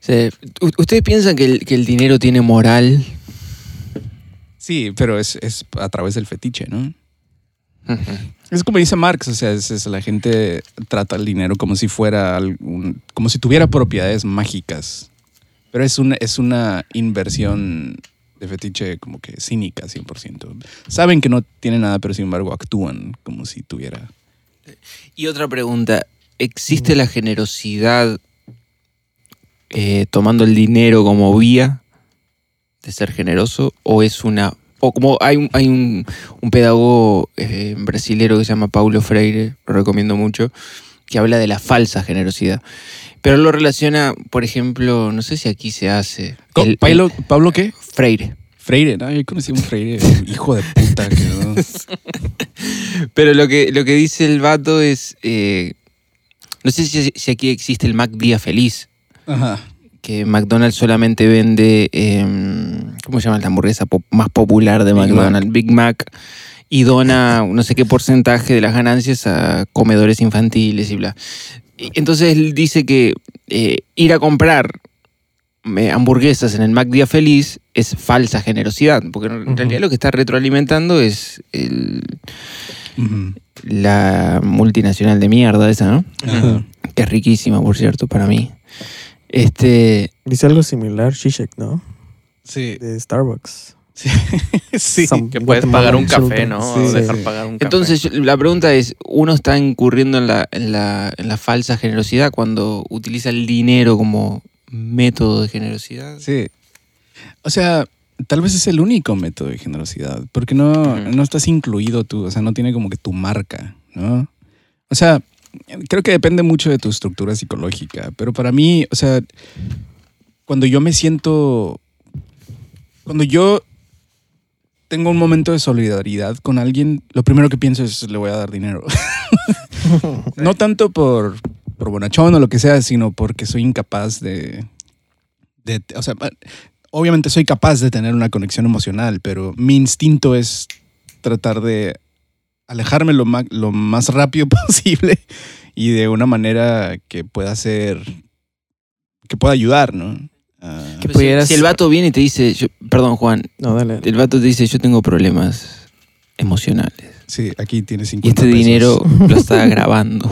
Speaker 2: Sí. U- ¿Ustedes piensan que el, que el dinero tiene moral?
Speaker 1: Sí, pero es, es a través del fetiche, ¿no? Es como dice Marx, o sea, es- es la gente trata el dinero como si fuera algún- como si tuviera propiedades mágicas Pero es una, es una inversión de fetiche como que cínica 100%. Saben que no tienen nada, pero sin embargo actúan como si tuviera.
Speaker 2: Y otra pregunta, ¿existe la generosidad eh, tomando el dinero como vía de ser generoso? ¿O es una... O como hay un, hay un, un pedagogo eh, brasilero que se llama Paulo Freire, lo recomiendo mucho, que habla de la falsa generosidad. Pero lo relaciona, por ejemplo, no sé si aquí se hace...
Speaker 1: Co-
Speaker 2: el-
Speaker 1: ¿Pablo, ¿Pablo qué?
Speaker 2: Freire.
Speaker 1: Freire, ¿no? Yo conocí a un Freire, hijo de puta. que no.
Speaker 2: Pero lo que, lo que dice el vato es. eh, no sé si, si aquí existe el Mac Día Feliz,
Speaker 1: Ajá.
Speaker 2: que McDonald's solamente vende. eh, ¿Cómo se llama la hamburguesa po- más popular de
Speaker 1: Big
Speaker 2: McDonald's? Big Mac. Y dona no sé qué porcentaje de las ganancias a comedores infantiles y bla. Y Entonces él dice que eh, ir a comprar eh, hamburguesas en el Mac Día Feliz es falsa generosidad, porque en
Speaker 4: Ujú.
Speaker 2: realidad lo que está retroalimentando es el,
Speaker 1: Ujú.
Speaker 2: la multinacional de mierda esa, ¿no?
Speaker 1: Ajá.
Speaker 2: Que es riquísima, por cierto, para mí. Este,
Speaker 4: Dice algo similar, Shishak, ¿no?
Speaker 1: Sí,
Speaker 4: De Starbucks.
Speaker 1: sí. sí.
Speaker 4: Some-
Speaker 3: Que puedes
Speaker 4: Guatemala,
Speaker 3: pagar un café,
Speaker 4: absolutamente.
Speaker 3: ¿no?
Speaker 1: Sí,
Speaker 3: O
Speaker 1: sí,
Speaker 3: dejar
Speaker 4: sí.
Speaker 3: pagar un café.
Speaker 2: entonces yo- la pregunta es, ¿uno está incurriendo en la, en, la, en la falsa generosidad cuando utiliza el dinero como método de generosidad?
Speaker 1: Sí. O sea, tal vez es el único método de generosidad, porque no,
Speaker 3: Ujú.
Speaker 1: no estás incluido tú, o sea, no tiene como que tu marca, ¿no? O sea, creo que depende mucho de tu estructura psicológica, pero para mí, o sea, cuando yo me siento, cuando yo tengo un momento de solidaridad con alguien, lo primero que pienso es le voy a dar dinero. no tanto por, por bonachón o lo que sea, sino porque soy incapaz de, de- o sea, obviamente soy capaz de tener una conexión emocional, pero mi instinto es tratar de alejarme lo, ma- lo más rápido posible y de una manera que pueda ser, que pueda ayudar, ¿no? Ah,
Speaker 4: Que
Speaker 2: Pero Pues si-
Speaker 4: pudieras-
Speaker 2: Si el vato viene y te dice, yo- perdón Juan,
Speaker 4: No, dale.
Speaker 2: el vato te dice, yo tengo problemas emocionales.
Speaker 1: sí, aquí tienes 50
Speaker 2: Y este
Speaker 1: pesos.
Speaker 2: dinero lo está grabando.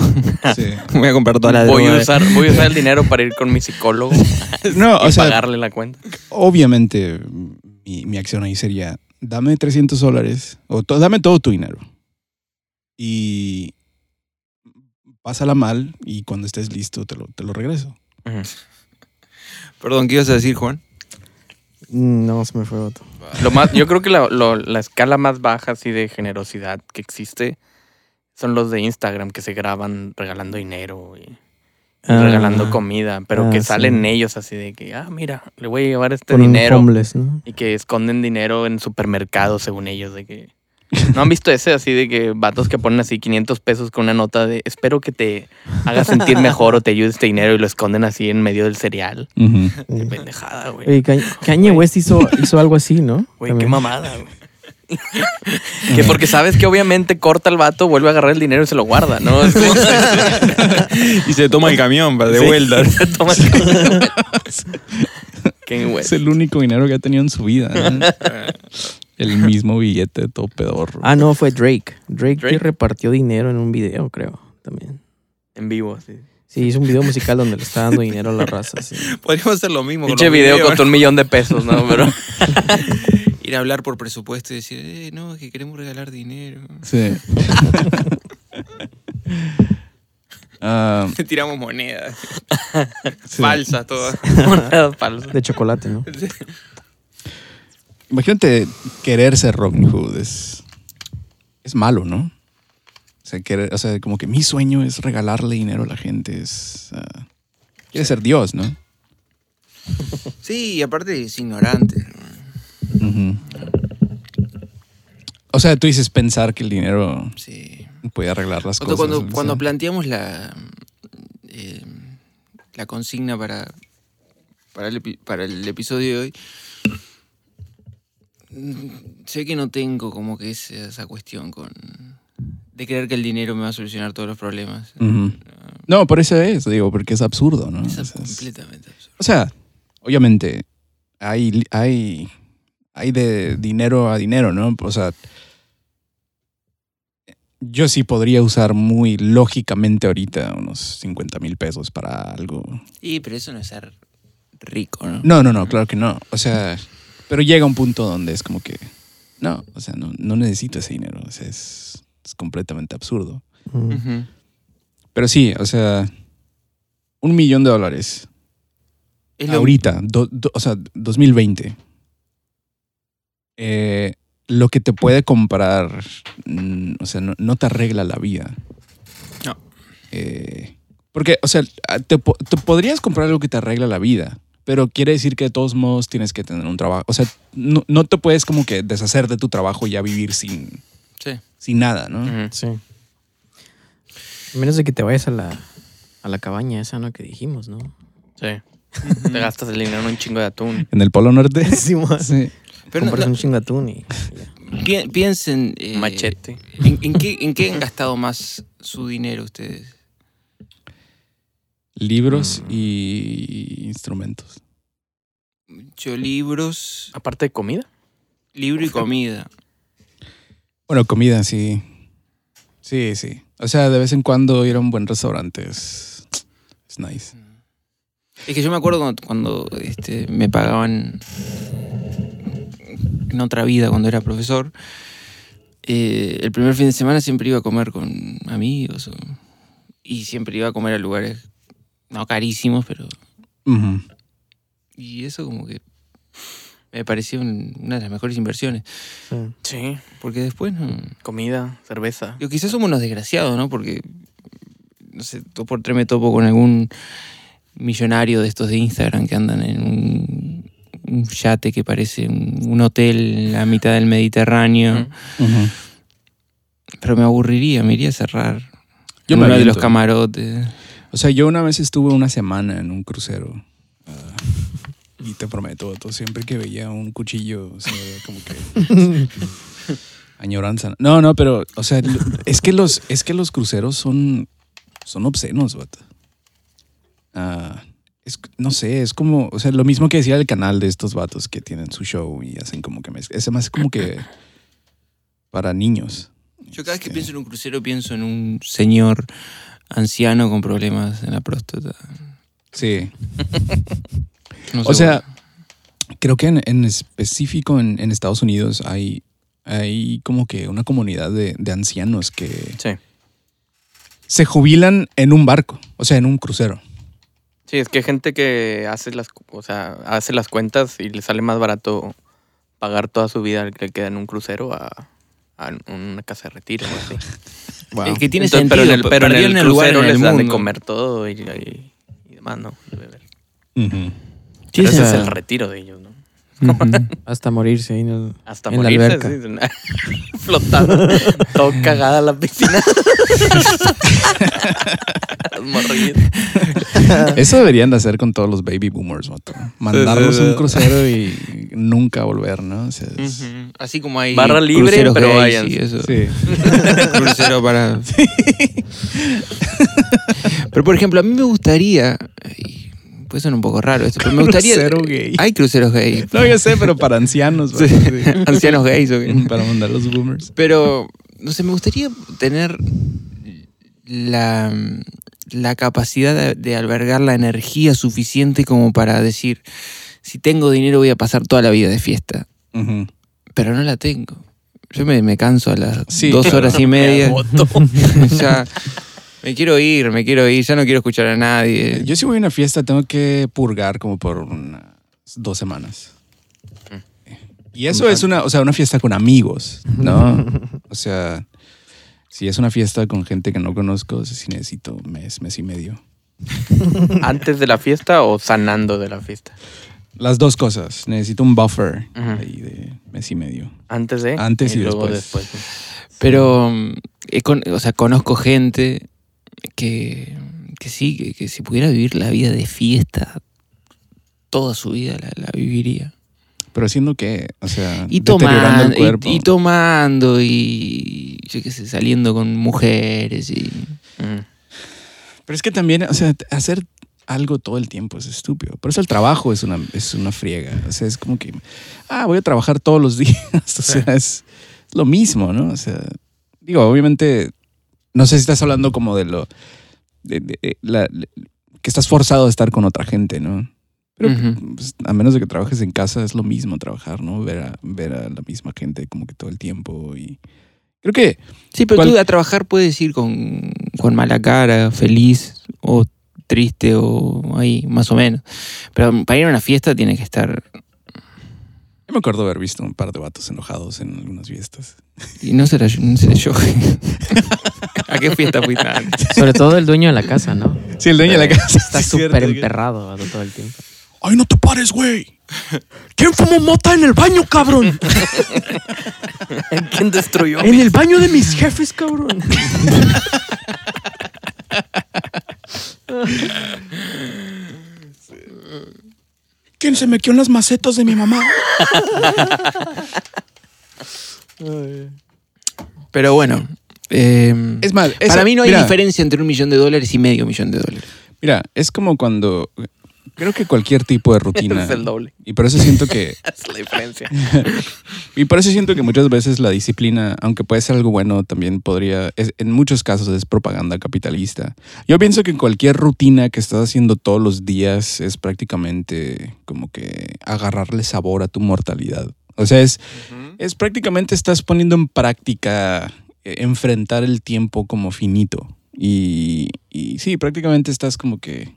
Speaker 1: Sí.
Speaker 2: Voy a comprar toda la
Speaker 3: voy
Speaker 2: droga.
Speaker 3: a, usar, voy a usar el dinero para ir con mi psicólogo
Speaker 1: No,
Speaker 3: y
Speaker 1: o sea,
Speaker 3: pagarle la cuenta.
Speaker 1: obviamente mi, mi acción ahí sería, dame 300 dólares o to- dame todo tu dinero y pásala mal y cuando estés listo te lo, te lo regreso.
Speaker 3: Ujú.
Speaker 2: Perdón, ¿qué ibas a decir Juan?
Speaker 4: Mm, No, se me fue otro.
Speaker 3: Lo más, yo creo que la, lo- la escala más baja así de generosidad que existe son los de Instagram que se graban regalando dinero y regalando comida, pero
Speaker 4: Ah,
Speaker 3: que
Speaker 4: sí.
Speaker 3: salen ellos así de que, ah, mira, le voy a llevar este
Speaker 4: Con un
Speaker 3: dinero
Speaker 4: homeless, ¿no?
Speaker 3: y que esconden dinero en supermercados según ellos de que ¿No han visto ese así de que vatos que ponen así 500 pesos con una nota de espero que te haga sentir mejor o te ayude este dinero y lo esconden así en medio del cereal? Qué
Speaker 4: Sí.
Speaker 3: pendejada, güey.
Speaker 4: Mm. Oye, Ka- Kanye West hizo, hizo algo así, ¿no?
Speaker 3: Güey, qué
Speaker 4: También.
Speaker 3: mamada, güey. que porque sabes que obviamente corta el vato, vuelve a agarrar el dinero y se lo guarda, ¿no? Es como-
Speaker 2: Y se toma el camión para
Speaker 3: Sí, se toma el- Qué güey.
Speaker 1: Es el único dinero que ha tenido en su vida. ¿no? el mismo billete todo pedorro.
Speaker 4: Ah, no, fue Drake. Drake,
Speaker 3: Drake.
Speaker 4: que repartió dinero en un video, creo, también.
Speaker 3: En vivo, sí.
Speaker 4: Sí, hizo un video musical donde le está dando dinero a la raza. sí.
Speaker 2: Podríamos hacer lo mismo. con
Speaker 3: Pinche
Speaker 2: los
Speaker 3: video
Speaker 2: videos,
Speaker 3: costó un millón de pesos, ¿no? Pero
Speaker 2: ¿no? Ir a hablar por presupuesto y decir, eh, no, es que queremos regalar dinero.
Speaker 1: Sí. Ah,
Speaker 2: Le tiramos monedas.
Speaker 1: sí.
Speaker 2: Falsas todas.
Speaker 3: monedas falsas.
Speaker 4: De chocolate, ¿no?
Speaker 1: Imagínate querer ser Robin Hood. Es, es malo, ¿no? O sea, querer- o sea, como que mi sueño es regalarle dinero a la gente. Es, ah, quiere ser Dios, ¿no?
Speaker 2: Sí, y aparte es ignorante.
Speaker 1: Ujú. O sea, tú dices pensar que el dinero
Speaker 2: Sí.
Speaker 1: puede arreglar las
Speaker 2: Cuando,
Speaker 1: cosas.
Speaker 2: cuando,
Speaker 1: ¿no?
Speaker 2: cuando
Speaker 1: Sí.
Speaker 2: planteamos la, eh, la consigna para, para, el, epi- para el episodio de hoy, mm, sé que no tengo como que esa, esa cuestión con de creer que el dinero me va a solucionar todos los problemas.
Speaker 1: Ujú. No, por eso es, digo, porque es absurdo, ¿no?
Speaker 2: Es
Speaker 1: O sea, es-
Speaker 2: completamente absurdo.
Speaker 1: o sea, obviamente hay, hay, hay de dinero a dinero, ¿no? O sea, yo sí podría usar muy lógicamente ahorita unos 50 mil pesos para algo.
Speaker 2: Y pero eso no es ser rico, ¿no?
Speaker 1: No, no, no, claro que no. O sea, pero llega un punto donde es como que, no, o sea, no, no necesito ese dinero. O sea, es, es completamente absurdo.
Speaker 4: Mm.
Speaker 2: Ujú.
Speaker 1: Pero sí, o sea, un millón de dólares.
Speaker 2: Es lo-
Speaker 1: Ahorita, do- do- o sea, 2020. Eh, lo que te puede comprar, mm, o sea, no, no te arregla la vida.
Speaker 2: No.
Speaker 1: Eh, porque, o sea, te, po- te podrías comprar algo que te arregla la vida, pero quiere decir que de todos modos tienes que tener un trabajo. O sea, no, no te puedes como que deshacer de tu trabajo y ya vivir sin,
Speaker 2: Sí.
Speaker 1: sin nada, ¿no?
Speaker 3: Ujú.
Speaker 4: Sí. A menos de que te vayas a la, a la cabaña esa, ¿no? Que dijimos, ¿no?
Speaker 3: Sí. Te gastas el dinero en un chingo de atún.
Speaker 1: En el Polo Norte.
Speaker 4: Simón.
Speaker 1: sí.
Speaker 2: Pero no-
Speaker 4: Compras
Speaker 2: no,
Speaker 4: un chingatún y, y ya.
Speaker 2: pi- piensen. eh,
Speaker 3: Machete.
Speaker 2: ¿en, en qué, en qué han gastado más su dinero ustedes?
Speaker 1: Libros
Speaker 2: Mm.
Speaker 1: y instrumentos.
Speaker 2: Yo libros,
Speaker 3: Aparte de comida.
Speaker 2: libro y comida.
Speaker 1: Bueno, comida, sí. Sí, sí. O sea, de vez en cuando ir a un buen restaurante es, es nice.
Speaker 2: Es que yo me acuerdo cuando, cuando, este, me pagaban en otra vida cuando era profesor. eh, el primer fin de semana siempre iba a comer con amigos o- y siempre iba a comer a lugares no carísimos, pero
Speaker 1: Ujú.
Speaker 2: y eso como que me pareció un- una de las mejores inversiones,
Speaker 4: Sí.
Speaker 3: Sí.
Speaker 2: porque después no,
Speaker 3: Comida, cerveza.
Speaker 2: Yo quizás somos unos desgraciados, ¿no? Porque, no sé, dos por tres me topo con algún millonario de estos de Instagram que andan en un, un yate que parece un, un hotel en la mitad del Mediterráneo.
Speaker 3: Ujú.
Speaker 1: Ujú.
Speaker 2: Pero me aburriría, me iría a cerrar.
Speaker 1: Yo
Speaker 2: en
Speaker 1: me
Speaker 2: uno de los
Speaker 1: aviento.
Speaker 2: camarotes.
Speaker 1: O sea, yo una vez estuve una semana en un crucero. ah, y te prometo, todo, siempre que veía un cuchillo, o sea, era como que. añoranza. No, no, pero, o sea, lo- es que los, es que los cruceros son, son obscenos, bata. Ah, es- no sé, es como, o sea, lo mismo que decía el canal de estos vatos que tienen su show y hacen como que mezcla. Es más como que para niños.
Speaker 2: Yo cada vez que
Speaker 1: Este,
Speaker 2: pienso en un crucero pienso en un señor anciano con problemas en la próstata.
Speaker 1: Sí.
Speaker 2: No sé
Speaker 1: O sea,
Speaker 2: por-
Speaker 1: creo que en, en específico en, en Estados Unidos hay, hay como que una comunidad de, de ancianos que
Speaker 3: Sí.
Speaker 1: se jubilan en un barco, o sea, en un crucero.
Speaker 3: Sí, es que hay gente que hace las, cu- o sea, hace las cuentas y le sale más barato pagar toda su vida que queda en un crucero a, a una casa de retiro o así.
Speaker 2: es que tiene
Speaker 3: Entonces,
Speaker 2: sentido,
Speaker 3: pero en el, pero en
Speaker 2: perdió
Speaker 3: el
Speaker 2: en el lugar
Speaker 3: crucero
Speaker 2: en el
Speaker 3: les dan de
Speaker 2: mundo.
Speaker 3: comer todo y, y- y demás, ¿no? Y beber.
Speaker 1: Ujú.
Speaker 4: Sí,
Speaker 3: Pero ese es
Speaker 4: hasta-
Speaker 3: el retiro de ellos, ¿no?
Speaker 2: Ujú.
Speaker 4: Hasta morirse ahí en el-
Speaker 3: Hasta
Speaker 4: En la
Speaker 3: morirse
Speaker 4: alberca.
Speaker 3: sí, de una- flotando, todo cagada la piscina. Los morrillos.
Speaker 1: Eso deberían de hacer con todos los baby boomers, vato. Mandarlos a un crucero y nunca volver, ¿no? O sea, es-
Speaker 2: Ujú. Así como hay
Speaker 3: Barra libre,
Speaker 2: cruceros
Speaker 3: pero
Speaker 2: gays
Speaker 3: váyanse.
Speaker 2: y eso.
Speaker 1: sí.
Speaker 2: Crucero para... Pero, por ejemplo, a mí me gustaría... ay, Puede sonar un poco raro esto, pero Pues me gustaría...
Speaker 1: Crucero gay.
Speaker 2: Hay cruceros gays.
Speaker 1: No, yo sé, pero para ancianos,
Speaker 2: Sí.
Speaker 1: vato, sí.
Speaker 2: Ancianos gays o qué.
Speaker 1: para mandar los boomers.
Speaker 2: Pero, no sé, me gustaría tener la, la capacidad de, de albergar la energía suficiente como para decir, si tengo dinero voy a pasar toda la vida de fiesta.
Speaker 1: Ujú.
Speaker 2: Pero no la tengo. Yo me, me canso a las
Speaker 1: Sí.
Speaker 2: dos horas y media.
Speaker 3: agoto.
Speaker 2: ya, me quiero ir, me quiero ir, ya no quiero escuchar a nadie.
Speaker 1: Eh, Yo si voy a una fiesta tengo que purgar como por unas dos semanas. Y eso es una, o sea, una fiesta con amigos, ¿no? O sea, si es una fiesta con gente que no conozco, si necesito un mes, mes y medio.
Speaker 3: ¿Antes de la fiesta o sanando de la fiesta?
Speaker 1: Las dos cosas. Necesito un buffer
Speaker 3: Ajá.
Speaker 1: ahí de mes y medio.
Speaker 3: Antes de.
Speaker 1: Antes y
Speaker 3: luego
Speaker 1: después.
Speaker 3: después,
Speaker 2: Pero, mm, he con- o sea, conozco gente que, que sí, que, que si pudiera vivir la vida de fiesta toda su vida la, la viviría.
Speaker 1: Pero haciendo que, o sea,
Speaker 2: Y
Speaker 1: deteriorando
Speaker 2: tomando,
Speaker 1: el cuerpo.
Speaker 2: y, y tomando, y yo qué sé, saliendo con mujeres y...
Speaker 3: ¿no? Ujú.
Speaker 1: Pero es que también, o sea, hacer algo todo el tiempo es estúpido. Por eso el trabajo es una, es una friega. O sea, es como que, ah, voy a trabajar todos los días. O sea, es lo mismo, ¿no? O sea, digo, obviamente, no sé si estás hablando como de lo, de, de- de la- que estás forzado a estar con otra gente, ¿no? Pero
Speaker 2: Ujú.
Speaker 1: pues, a menos de que trabajes en casa es lo mismo trabajar, ¿no? Ver a, ver a la misma gente como que todo el tiempo y creo que
Speaker 2: Sí, pero
Speaker 1: ¿Cuál-
Speaker 2: tú a trabajar puedes ir con, con mala cara, feliz o triste o ahí, más o menos. Pero para ir a una fiesta tiene que estar...
Speaker 1: yo me acuerdo haber visto un par de vatos enojados en algunas fiestas.
Speaker 2: Y no será, yo- no será yo. ¿A qué fiesta fuiste? Ah,
Speaker 5: Sobre todo el dueño de la casa, ¿no?
Speaker 1: Sí, el dueño de la casa
Speaker 5: Está
Speaker 1: sí, cierto,
Speaker 5: súper
Speaker 1: que-
Speaker 5: emperrado vato, todo el tiempo.
Speaker 1: ¡Ay, no te pares, güey! ¿Quién fumó mota en el baño, cabrón?
Speaker 3: ¿Quién destruyó?
Speaker 4: En el baño de mis jefes, cabrón.
Speaker 1: ¿Quién se metió en las macetas de mi mamá?
Speaker 2: Pero bueno. eh,
Speaker 1: Es más, esa-
Speaker 2: para mí no hay
Speaker 1: mira,
Speaker 2: diferencia entre un millón de dólares y medio millón de dólares.
Speaker 1: Mira, es como cuando creo que cualquier tipo de rutina
Speaker 3: Es el doble.
Speaker 1: y por eso siento que
Speaker 3: Es la diferencia.
Speaker 1: Y por eso siento que muchas veces la disciplina, aunque puede ser algo bueno, también podría, es- en muchos casos es propaganda capitalista. Yo pienso que cualquier rutina que estás haciendo todos los días es prácticamente como que agarrarle sabor a tu mortalidad. O sea, es, es prácticamente estás poniendo en práctica eh, enfrentar el tiempo como finito. Y, y sí, prácticamente estás como que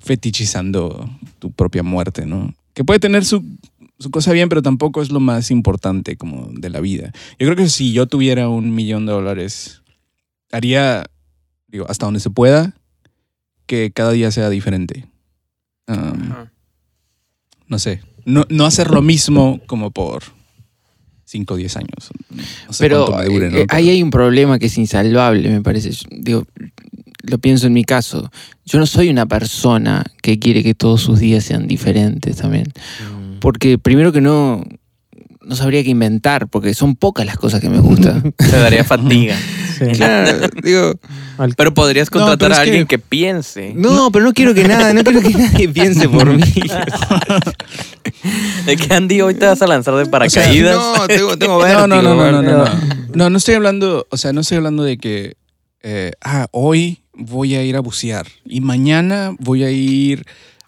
Speaker 1: fetichizando tu propia muerte, ¿no? Que puede tener su su cosa bien, pero tampoco es lo más importante como de la vida. Yo creo que si yo tuviera un millón de dólares, haría, digo, hasta donde se pueda, que cada día sea diferente. Um,
Speaker 2: Ah.
Speaker 1: no sé, no, no hacer lo mismo como por 5 o 10 años. No sé
Speaker 2: pero
Speaker 1: cuánto me dure, ¿no?
Speaker 2: eh, ahí hay un problema que es insalvable, me parece. Yo- Digo, lo pienso en mi caso. Yo no soy una persona que quiere que todos sus días sean diferentes también. Porque primero que no, no sabría qué inventar, porque son pocas las cosas que me gustan.
Speaker 3: Te daría fatiga.
Speaker 4: Sí.
Speaker 2: claro, digo,
Speaker 4: Al-
Speaker 3: Pero podrías
Speaker 1: No,
Speaker 3: contratar
Speaker 1: pero es
Speaker 3: a alguien
Speaker 1: que-
Speaker 3: que, piense.
Speaker 2: no, pero no quiero que nada, no quiero que nadie piense por mí.
Speaker 3: De que Andy hoy te vas a lanzar de paracaídas.
Speaker 2: No, tengo, tengo
Speaker 1: No,
Speaker 2: vértigo.
Speaker 1: no, no, no, no, no, no.
Speaker 4: vértigo.
Speaker 1: No, no estoy hablando, o sea, no estoy hablando de que, eh, ah, hoy voy a ir a bucear y mañana voy a ir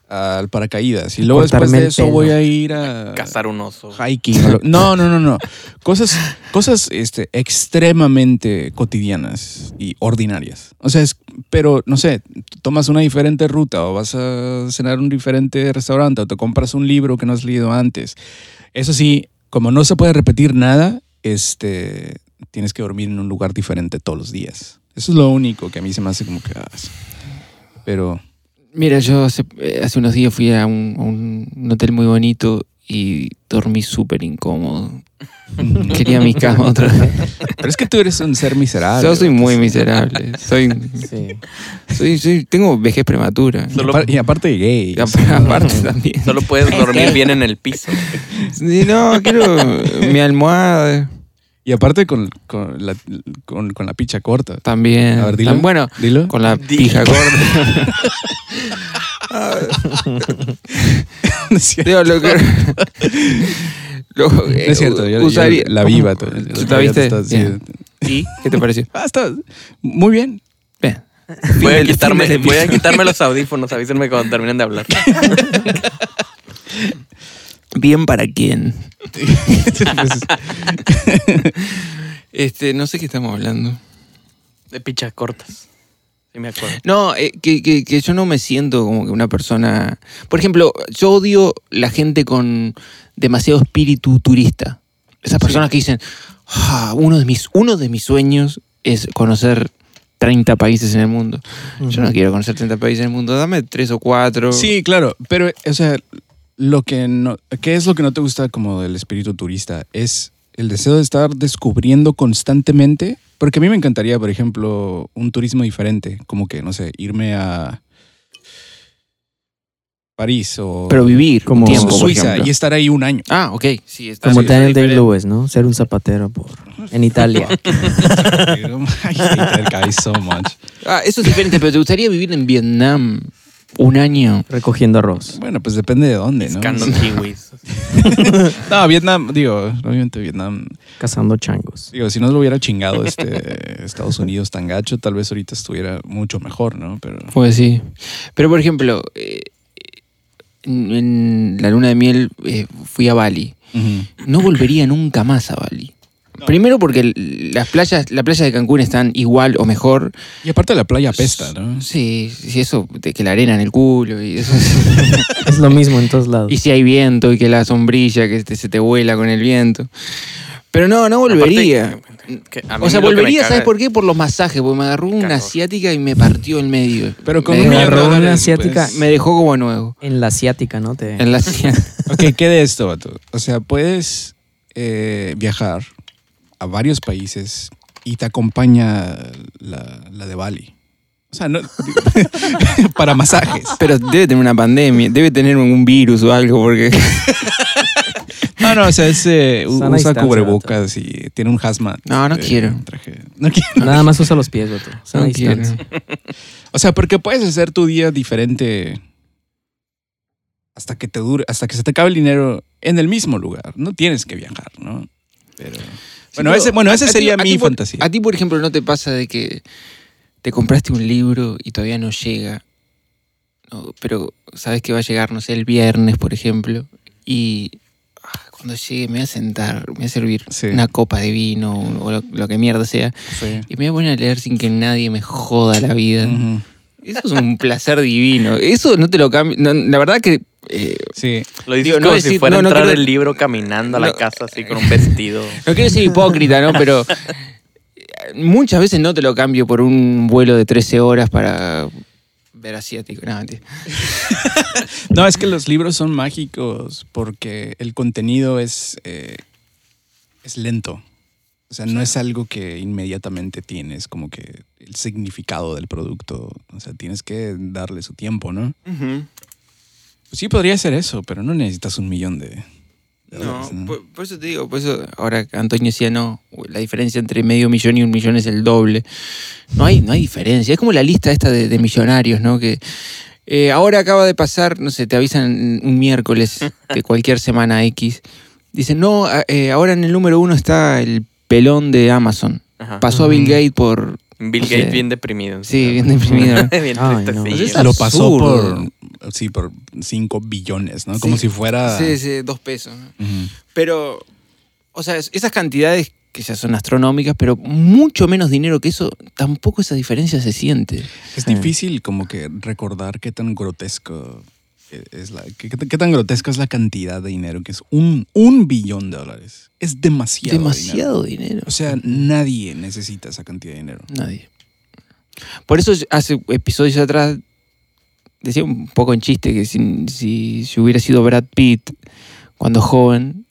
Speaker 1: al paracaídas y luego
Speaker 4: Cortarme
Speaker 1: después de
Speaker 4: el
Speaker 1: eso
Speaker 4: pelo.
Speaker 1: voy a ir a
Speaker 3: Cazar un oso.
Speaker 1: hiking. o lo- No, no, no, no. Cosas, cosas este, extremadamente cotidianas y ordinarias. O sea, es, pero no sé, tomas una diferente ruta o vas a cenar en un diferente restaurante o te compras un libro que no has leído antes. Eso sí, como no se puede repetir nada, este, tienes que dormir en un lugar diferente todos los días. Eso es lo único que a mí se me hace como que... ah, sí. Pero...
Speaker 2: Mira, yo hace, eh, hace unos días fui a un, a un- un hotel muy bonito y dormí súper incómodo.
Speaker 1: mm,
Speaker 2: Quería mi cama otra vez.
Speaker 1: Pero es que tú eres un ser miserable.
Speaker 2: Yo soy muy
Speaker 1: entonces-
Speaker 2: miserable. Soy,
Speaker 5: Sí.
Speaker 2: soy, soy- tengo vejez prematura.
Speaker 1: Y apar- Y aparte de gay.
Speaker 2: Y ap- Aparte también.
Speaker 3: Solo puedes dormir bien en el piso.
Speaker 2: Sí, No, quiero mi almohada
Speaker 1: Y aparte con, con, la, con, con la picha corta.
Speaker 2: también.
Speaker 1: A ver, dilo.
Speaker 2: Tan- Bueno,
Speaker 1: Dilo.
Speaker 2: con la
Speaker 3: Di-
Speaker 2: pija gorda.
Speaker 1: No es cierto.
Speaker 2: Digo, lo que- lo- eh,
Speaker 1: No es cierto, yo- yo
Speaker 2: usaría-
Speaker 1: la viva. tú-
Speaker 2: ¿Tú
Speaker 1: la
Speaker 2: la viste?
Speaker 1: está- sí.
Speaker 2: Bien.
Speaker 3: Y
Speaker 2: ¿Qué te pareció?
Speaker 1: Ah, está muy bien.
Speaker 2: Bien.
Speaker 3: voy a,
Speaker 2: Fin del-
Speaker 3: quitarme,
Speaker 2: fin del
Speaker 3: voy a quitarme los audífonos. Avísenme cuando terminen de hablar.
Speaker 2: Bien para quién.
Speaker 1: Pues,
Speaker 2: Este, no sé qué estamos hablando.
Speaker 3: De pichas cortas. Sí, me acuerdo.
Speaker 2: No, eh, que, que- que yo no me siento como que una persona. Por ejemplo, yo odio la gente con demasiado espíritu turista. Esas personas que dicen, "Ah, uno, de mis, uno de mis sueños es conocer 30 países en el mundo. Yo no quiero conocer 30 países en el mundo, dame tres o cuatro.
Speaker 1: sí, claro. Pero, o sea, lo que no, ¿qué es lo que no te gusta como del espíritu turista? Es el deseo de estar descubriendo constantemente. Porque a mí me encantaría, por ejemplo, un turismo diferente. Como que, no sé, irme a París o
Speaker 2: Pero vivir como
Speaker 4: Como
Speaker 2: tiempo, por
Speaker 1: Suiza
Speaker 2: ejemplo.
Speaker 1: y estar ahí un año.
Speaker 2: Ah, ok. Sí, está
Speaker 4: Como
Speaker 2: sí,
Speaker 4: Daniel
Speaker 2: está
Speaker 4: Day
Speaker 2: diferente.
Speaker 4: Lewis, ¿no? Ser un zapatero por, en Italia.
Speaker 1: I hate that guy so much.
Speaker 2: Ah, eso es diferente, pero ¿te gustaría vivir en Vietnam un año?
Speaker 4: recogiendo arroz.
Speaker 1: Bueno, pues depende de dónde, ¿no?
Speaker 3: Pescando kiwis.
Speaker 1: No, Vietnam, digo, obviamente Vietnam.
Speaker 4: Cazando changos.
Speaker 1: Digo, si no lo hubiera chingado este Estados Unidos tan gacho, tal vez ahorita estuviera mucho mejor, ¿no? Pero
Speaker 2: Pues sí. Pero por ejemplo, eh, en, en la luna de miel eh, fui a Bali. No volvería nunca más a Bali. Primero porque el- las playas, la playa de Cancún están igual o mejor.
Speaker 1: Y aparte la playa apesta, ¿no?
Speaker 2: Sí, sí, eso, de que la arena en el culo y eso.
Speaker 4: Es lo mismo en todos lados.
Speaker 2: y si hay viento y que la sombrilla que te- se te vuela con el viento. Pero no, no volvería. o sea, volvería, ¿sabes por qué? Por los masajes, porque me agarró una
Speaker 3: Calor.
Speaker 2: asiática y me partió el medio.
Speaker 1: Pero con
Speaker 2: me,
Speaker 1: un
Speaker 2: dejó-
Speaker 1: millón de
Speaker 4: agarró una
Speaker 1: dólares,
Speaker 4: asiática.
Speaker 1: pues.
Speaker 2: Eh, me dejó como nuevo.
Speaker 4: En la asiática, ¿no? Te...
Speaker 2: En la asiática.
Speaker 1: Ok, ¿qué de esto, vato? O sea, puedes eh, viajar a varios países y te acompaña la, la de Bali. O sea, no, para masajes.
Speaker 2: Pero debe tener una pandemia, debe tener un virus o algo, porque
Speaker 1: No, no, o sea, es, eh, u-
Speaker 4: Sana
Speaker 1: usa
Speaker 4: distancia,
Speaker 1: cubrebocas y tiene un hazmat.
Speaker 2: No, no
Speaker 1: eh,
Speaker 2: quiero.
Speaker 1: traje. No quiero.
Speaker 4: Nada más usa los pies, vato. Sana
Speaker 2: no quiero.
Speaker 4: distancia.
Speaker 1: O sea, porque puedes hacer tu día diferente hasta que te dure, hasta que se te acabe el dinero en el mismo lugar. No tienes que viajar, ¿no? Pero bueno,
Speaker 2: pero
Speaker 1: ese, bueno,
Speaker 2: a-
Speaker 1: esa
Speaker 2: a ti-
Speaker 1: sería
Speaker 2: a ti
Speaker 1: mi
Speaker 2: por-
Speaker 1: fantasía.
Speaker 2: A ti, por ejemplo, ¿no te pasa de que te compraste un libro y todavía no llega? No, pero sabes que va a llegar, no sé, el viernes, por ejemplo, y ah, cuando llegue me voy a sentar, me voy a servir
Speaker 1: Sí.
Speaker 2: una copa de vino o lo, lo que mierda sea,
Speaker 1: Sí.
Speaker 2: y me voy a poner a leer sin que nadie me joda la vida.
Speaker 1: Ujú.
Speaker 2: Eso es un placer divino. Eso no te lo cambio. no, la verdad que... eh,
Speaker 1: Sí.
Speaker 3: Lo dices
Speaker 2: Digo, no
Speaker 3: como
Speaker 2: decir-
Speaker 3: si fuera a
Speaker 2: no, no
Speaker 3: entrar
Speaker 2: quiero-
Speaker 3: el libro caminando a la
Speaker 2: No.
Speaker 3: casa así con un vestido.
Speaker 2: No quiero ser hipócrita, ¿no? Pero muchas veces no te lo cambio por un vuelo de 13 horas para ver asiático. No, mentira.
Speaker 1: No, es que los libros son mágicos porque el contenido es, eh, es lento. O sea, no es algo que inmediatamente tienes como que el significado del producto. O sea, tienes que darle su tiempo, ¿no? Pues sí, podría ser eso, pero no necesitas un millón de... de
Speaker 2: no, pues,
Speaker 1: dólares, ¿no?
Speaker 2: por, por eso te digo, por eso ahora que Antonio decía, no, la diferencia entre medio millón y un millón es el doble. No hay, no hay diferencia. Es como la lista esta de, de millonarios, ¿no? Que eh, ahora acaba de pasar, no sé, te avisan un miércoles de cualquier semana X. Dicen, no, a- eh, ahora en el número uno está el pelón de Amazon.
Speaker 3: Ajá.
Speaker 2: Pasó a Bill Gates por
Speaker 3: Bill
Speaker 2: no sé.
Speaker 3: Gates bien deprimido. en su
Speaker 2: Sí,
Speaker 3: cama.
Speaker 2: bien deprimido.
Speaker 3: bien
Speaker 4: Ay,
Speaker 3: tristecillo.
Speaker 4: no.
Speaker 1: Pues
Speaker 2: es
Speaker 1: lo pasó
Speaker 2: absurdo.
Speaker 1: por, sí, por 5 billones, ¿no? Como si fuera...
Speaker 2: Sí, sí, dos pesos. ¿no?
Speaker 1: Ujú.
Speaker 2: Pero, o sea, es- esas cantidades que ya son astronómicas, pero mucho menos dinero que eso, tampoco esa diferencia se siente.
Speaker 1: Es
Speaker 4: Sí.
Speaker 1: difícil como que recordar qué tan grotesco e, es la qué, qué- qué tan grotesca es la cantidad de dinero que es un, un billón de dólares. Es demasiado. dinero.
Speaker 2: Demasiado dinero.
Speaker 1: O sea, nadie necesita esa cantidad de dinero.
Speaker 2: Nadie. Por eso yo hace episodios atrás decía un poco en chiste que si, si, si hubiera sido Brad Pitt cuando joven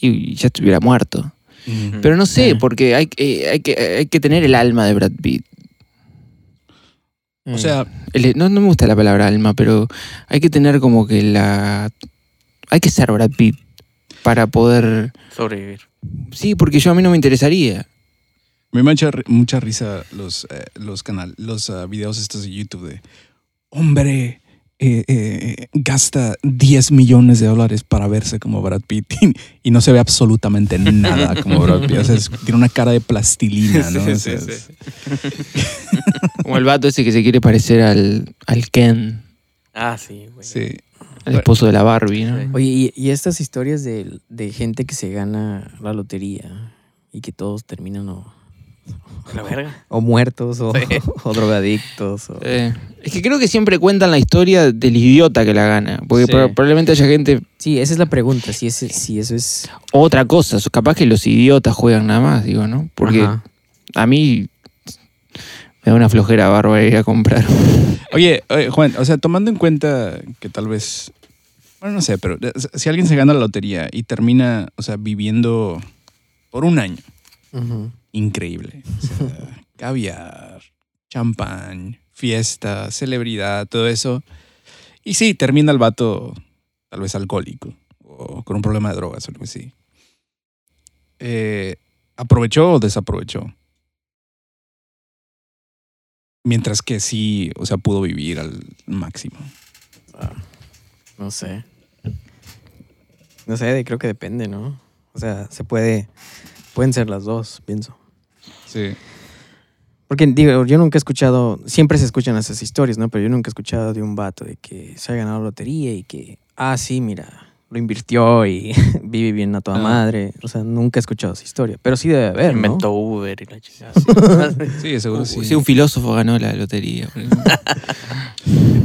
Speaker 2: y ya estuviera muerto.
Speaker 1: Ujú.
Speaker 2: Pero no sé,
Speaker 4: Claro.
Speaker 2: porque hay, eh, hay, que, hay que tener el alma de Brad Pitt.
Speaker 1: O sea,
Speaker 2: El- no, no me gusta la palabra alma, pero hay que tener como que la. Hay que ser Brad Pitt para poder.
Speaker 3: Sobrevivir.
Speaker 2: Sí, porque yo a mí no me interesaría.
Speaker 1: me da mucha, ri- mucha risa los, eh, los, canal, los ah, videos estos de YouTube de hombre. eh, eh, gasta 10 millones de dólares para verse como Brad Pitt y, y no se ve absolutamente nada como Brad Pitt. O sea, es- tiene una cara de plastilina, ¿no?
Speaker 3: Sí,
Speaker 1: O
Speaker 3: sí,
Speaker 1: sea,
Speaker 3: sí.
Speaker 1: es-
Speaker 2: Como el vato ese que se quiere parecer al, al Ken,
Speaker 3: Ah, sí, güey.
Speaker 1: sí.
Speaker 2: al esposo de la Barbie,
Speaker 3: Sí.
Speaker 2: ¿no?
Speaker 4: Oye, y, y estas historias de, de gente que se gana la lotería y que todos terminan o,
Speaker 3: La verga.
Speaker 4: o muertos o,
Speaker 3: Sí.
Speaker 4: o drogadictos. o-
Speaker 2: Eh, es que creo que siempre cuentan la historia del idiota que la gana. Porque
Speaker 4: Sí.
Speaker 2: pro- probablemente haya gente.
Speaker 4: Sí, esa es la pregunta, si, ese- si eso es...
Speaker 2: Otra cosa, capaz que los idiotas juegan nada más, digo, ¿no? Porque
Speaker 4: Ajá.
Speaker 2: a mí me da una flojera bárbara ir a comprar.
Speaker 1: Oye, oye, Juan, o sea, tomando en cuenta que tal vez, bueno, no sé, pero si alguien se gana la lotería y termina, o sea, viviendo por un año,
Speaker 4: Ujú.
Speaker 1: increíble. O sea, caviar, champán, fiesta, celebridad, todo eso. Y sí, termina el vato tal vez alcohólico o con un problema de drogas o algo así. Eh, ¿Aprovechó o desaprovechó? Mientras que sí, o sea, pudo vivir al máximo.
Speaker 4: No sé. No sé, creo que depende, ¿no? O sea, se puede... Pueden ser las dos, pienso.
Speaker 1: Sí.
Speaker 4: Porque digo, yo nunca he escuchado, siempre se escuchan esas historias, ¿no? Pero yo nunca he escuchado de un vato de que se ha ganado lotería y que, ah, sí, mira, lo invirtió y vive bien a toda
Speaker 1: Ah.
Speaker 4: madre. O sea, nunca he escuchado esa historia, pero sí debe haber, ¿no?
Speaker 3: Inventó Uber y la chingada. Sí.
Speaker 1: Sí, de seguro sí.
Speaker 2: Uh, Sí, un filósofo ganó la lotería. por ejemplo.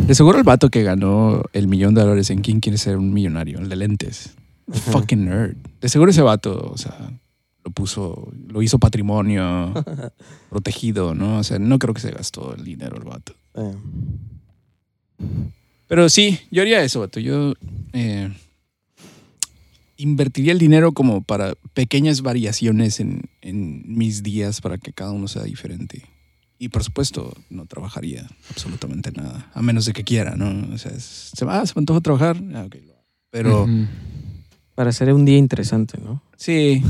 Speaker 1: De seguro el vato que ganó el millón de dólares en King quiere ser un millonario, el de lentes. Fucking nerd. De seguro ese vato, o sea, lo puso, lo hizo patrimonio protegido, ¿no? O sea, no creo que se gastó el dinero el vato.
Speaker 4: Eh,
Speaker 1: Pero sí, yo haría eso, vato. Yo eh, invertiría el dinero como para pequeñas variaciones en, en mis días para que cada uno sea diferente. Y por supuesto, no trabajaría absolutamente nada, a menos de que quiera, ¿no? O sea, es- se, va, se me antoja trabajar. Ah, ok, lo hago. Pero
Speaker 2: Ujú.
Speaker 4: Para hacer un día interesante, ¿no?
Speaker 1: sí,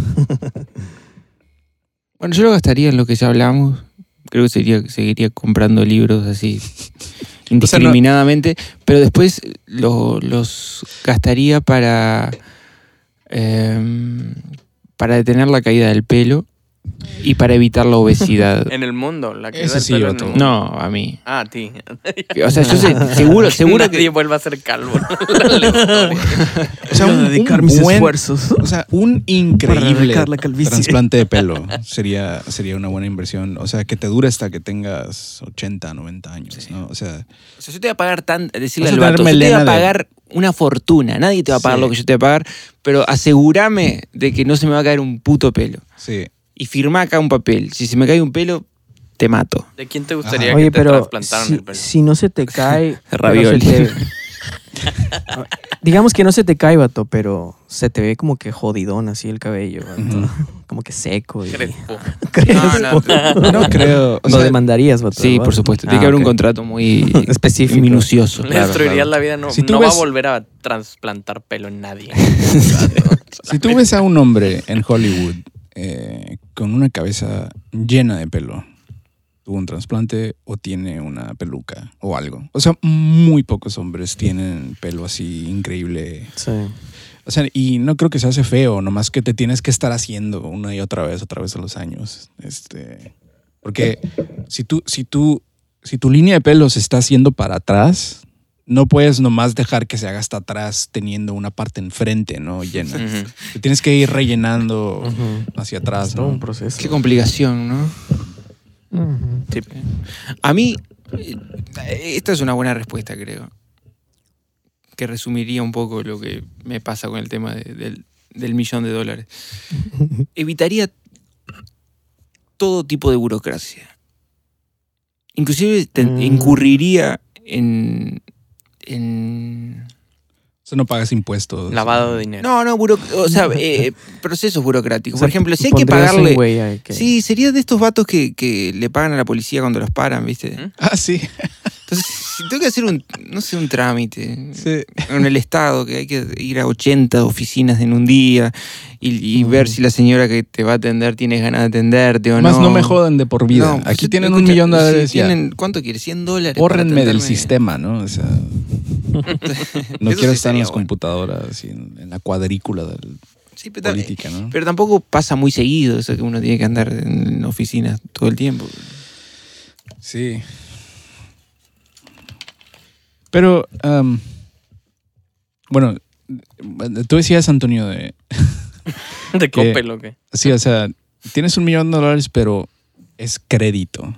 Speaker 2: Bueno, yo lo gastaría en lo que ya hablamos. Creo que sería, seguiría comprando libros así indiscriminadamente. Pero después lo- los gastaría para, em, para detener la caída del pelo y para evitar la obesidad.
Speaker 3: En el mundo, la que
Speaker 1: Ese sí, vato.
Speaker 2: no, a mí.
Speaker 3: Ah, a ti.
Speaker 2: O sea, yo sé- seguro, seguro
Speaker 3: Nadie
Speaker 2: que...
Speaker 3: vuelva a ser calvo. La historia.
Speaker 1: o sea, un, un buen,
Speaker 4: esfuerzos.
Speaker 1: o sea, un increíble
Speaker 4: erradicar la calvicie.
Speaker 1: trasplante de pelo sería, sería una buena inversión. O sea, que te dure hasta que tengas 80, 90 años, ¿no? O sea,
Speaker 2: O sea, yo te voy a pagar tan, decirle
Speaker 1: Vas a
Speaker 2: al
Speaker 1: tener
Speaker 2: vato, yo te voy
Speaker 1: melena
Speaker 2: a E.
Speaker 1: de-
Speaker 2: pagar una fortuna. Nadie te va a pagar
Speaker 1: Sí.
Speaker 2: lo que yo te voy a pagar, pero asegúrame de que no se me va a caer un puto pelo.
Speaker 1: sí.
Speaker 2: Y firma acá un papel. Si se me cae un pelo, te mato.
Speaker 3: ¿De quién te
Speaker 1: Ajá.
Speaker 3: gustaría que
Speaker 4: Oye,
Speaker 3: te
Speaker 4: pero
Speaker 3: trasplantaran
Speaker 4: si,
Speaker 3: el pelo?
Speaker 4: si no se te cae... pero se
Speaker 2: Ravioli.
Speaker 4: te- Digamos que no se te cae, vato, pero se te ve como que jodidón así el cabello, vato.
Speaker 1: Ujú.
Speaker 4: Como que seco y...
Speaker 3: Crespo.
Speaker 4: Crespo.
Speaker 1: No creo. O
Speaker 4: Lo
Speaker 1: sea,
Speaker 4: demandarías, vato.
Speaker 2: Sí,
Speaker 4: ¿verdad?
Speaker 2: por supuesto. Tiene
Speaker 4: Ah,
Speaker 2: que haber un
Speaker 4: ok.
Speaker 2: contrato muy
Speaker 4: Específico.
Speaker 2: minucioso.
Speaker 3: Le
Speaker 2: claro,
Speaker 3: destruiría
Speaker 2: claro.
Speaker 3: la vida. No,
Speaker 1: Si tú
Speaker 3: no va
Speaker 1: ves-
Speaker 3: a volver a trasplantar pelo en nadie.
Speaker 1: Si tú ves a un hombre en Hollywood eh, con una cabeza llena de pelo, tuvo un trasplante o tiene una peluca o algo. O sea, muy pocos hombres tienen pelo así increíble.
Speaker 4: Sí.
Speaker 1: O sea, y no creo que se hace feo, nomás que te tienes que estar haciendo una y otra vez, otra vez a los años. Este, porque si tú, si tú, si tu línea de pelo se está haciendo para atrás, no puedes nomás dejar que se haga hasta atrás teniendo una parte enfrente, ¿no? Llena.
Speaker 3: Ujú.
Speaker 1: Te tienes que ir rellenando
Speaker 4: Ujú.
Speaker 1: hacia
Speaker 4: Es
Speaker 1: atrás.
Speaker 4: todo
Speaker 1: ¿no?
Speaker 4: un proceso.
Speaker 2: Qué complicación, ¿no?
Speaker 4: Ujú.
Speaker 3: Sí.
Speaker 2: A mí, eh, esta es una buena respuesta, creo. Que resumiría un poco lo que me pasa con el tema de- del, del millón de dólares. Evitaría todo tipo de burocracia. Inclusive te-
Speaker 4: Mm.
Speaker 2: incurriría en... en
Speaker 1: Eso no pagas impuestos.
Speaker 3: Lavado de dinero.
Speaker 2: no, no, buro- o sea, eh, procesos burocráticos.
Speaker 4: O sea,
Speaker 2: Por ejemplo, si hay que
Speaker 4: pondrías un
Speaker 2: pagarle...
Speaker 4: güey ahí que-
Speaker 2: Sí, sería de estos vatos que, que le pagan a la policía cuando los paran, ¿viste?
Speaker 3: ¿Mm?
Speaker 1: Ah, sí.
Speaker 2: Entonces, si tengo que hacer un, no sé, un trámite
Speaker 1: Sí.
Speaker 2: en el Estado, que hay que ir a 80 oficinas en un día y,
Speaker 1: Mm.
Speaker 2: y ver si la señora que te va a atender tiene ganas de atenderte o
Speaker 1: Más
Speaker 2: no.
Speaker 1: no me jodan de por vida.
Speaker 2: No,
Speaker 1: Aquí
Speaker 2: yo-
Speaker 1: tienen
Speaker 2: escucha,
Speaker 1: un millón de
Speaker 2: si
Speaker 1: dólares. ya.
Speaker 2: tienen- ¿Cuánto quieres? ¿100 dólares? para
Speaker 1: Bórrenme del
Speaker 2: atenderme?
Speaker 1: sistema, ¿no? O sea, no
Speaker 2: Eso
Speaker 1: quiero estar
Speaker 2: sí
Speaker 1: en
Speaker 2: sería
Speaker 1: las
Speaker 2: bueno.
Speaker 1: computadoras y en, en la cuadrícula del-
Speaker 2: Sí, pero, tam-
Speaker 1: política, ¿no?
Speaker 2: pero tampoco pasa muy seguido eso que uno tiene que andar en oficinas todo el tiempo.
Speaker 1: Sí. Pero, am, bueno, tú decías, Antonio, de,
Speaker 3: ¿De
Speaker 1: ¿Qué?
Speaker 3: cope lo que?
Speaker 1: sí, o sea, tienes un millón de dólares, pero es crédito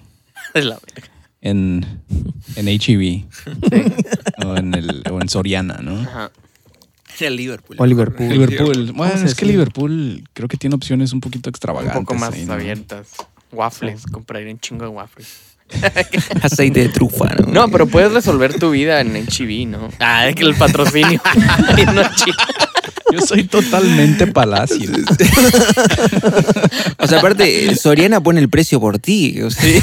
Speaker 3: De la verga.
Speaker 1: en, en E HEB o, en el, o en Soriana, ¿no?
Speaker 3: Ajá.
Speaker 2: Era Liverpool.
Speaker 4: O Liverpool.
Speaker 1: Liverpool. Bueno,
Speaker 4: Vamos a
Speaker 1: es que
Speaker 4: decir-
Speaker 1: Liverpool creo que tiene opciones un poquito
Speaker 3: Un
Speaker 1: extravagantes.
Speaker 3: poco más
Speaker 1: ahí, ¿no?
Speaker 3: abiertas. Waffles, compraría un chingo de waffles.
Speaker 2: Aceite de trufa, ¿no?
Speaker 3: No, pero puedes resolver tu vida en HB, ¿no? Ah, es que el patrocinio. Y no chi-
Speaker 1: Yo soy totalmente palacio.
Speaker 2: O sea, aparte, eh, Soriana pone el precio por ti. o sea.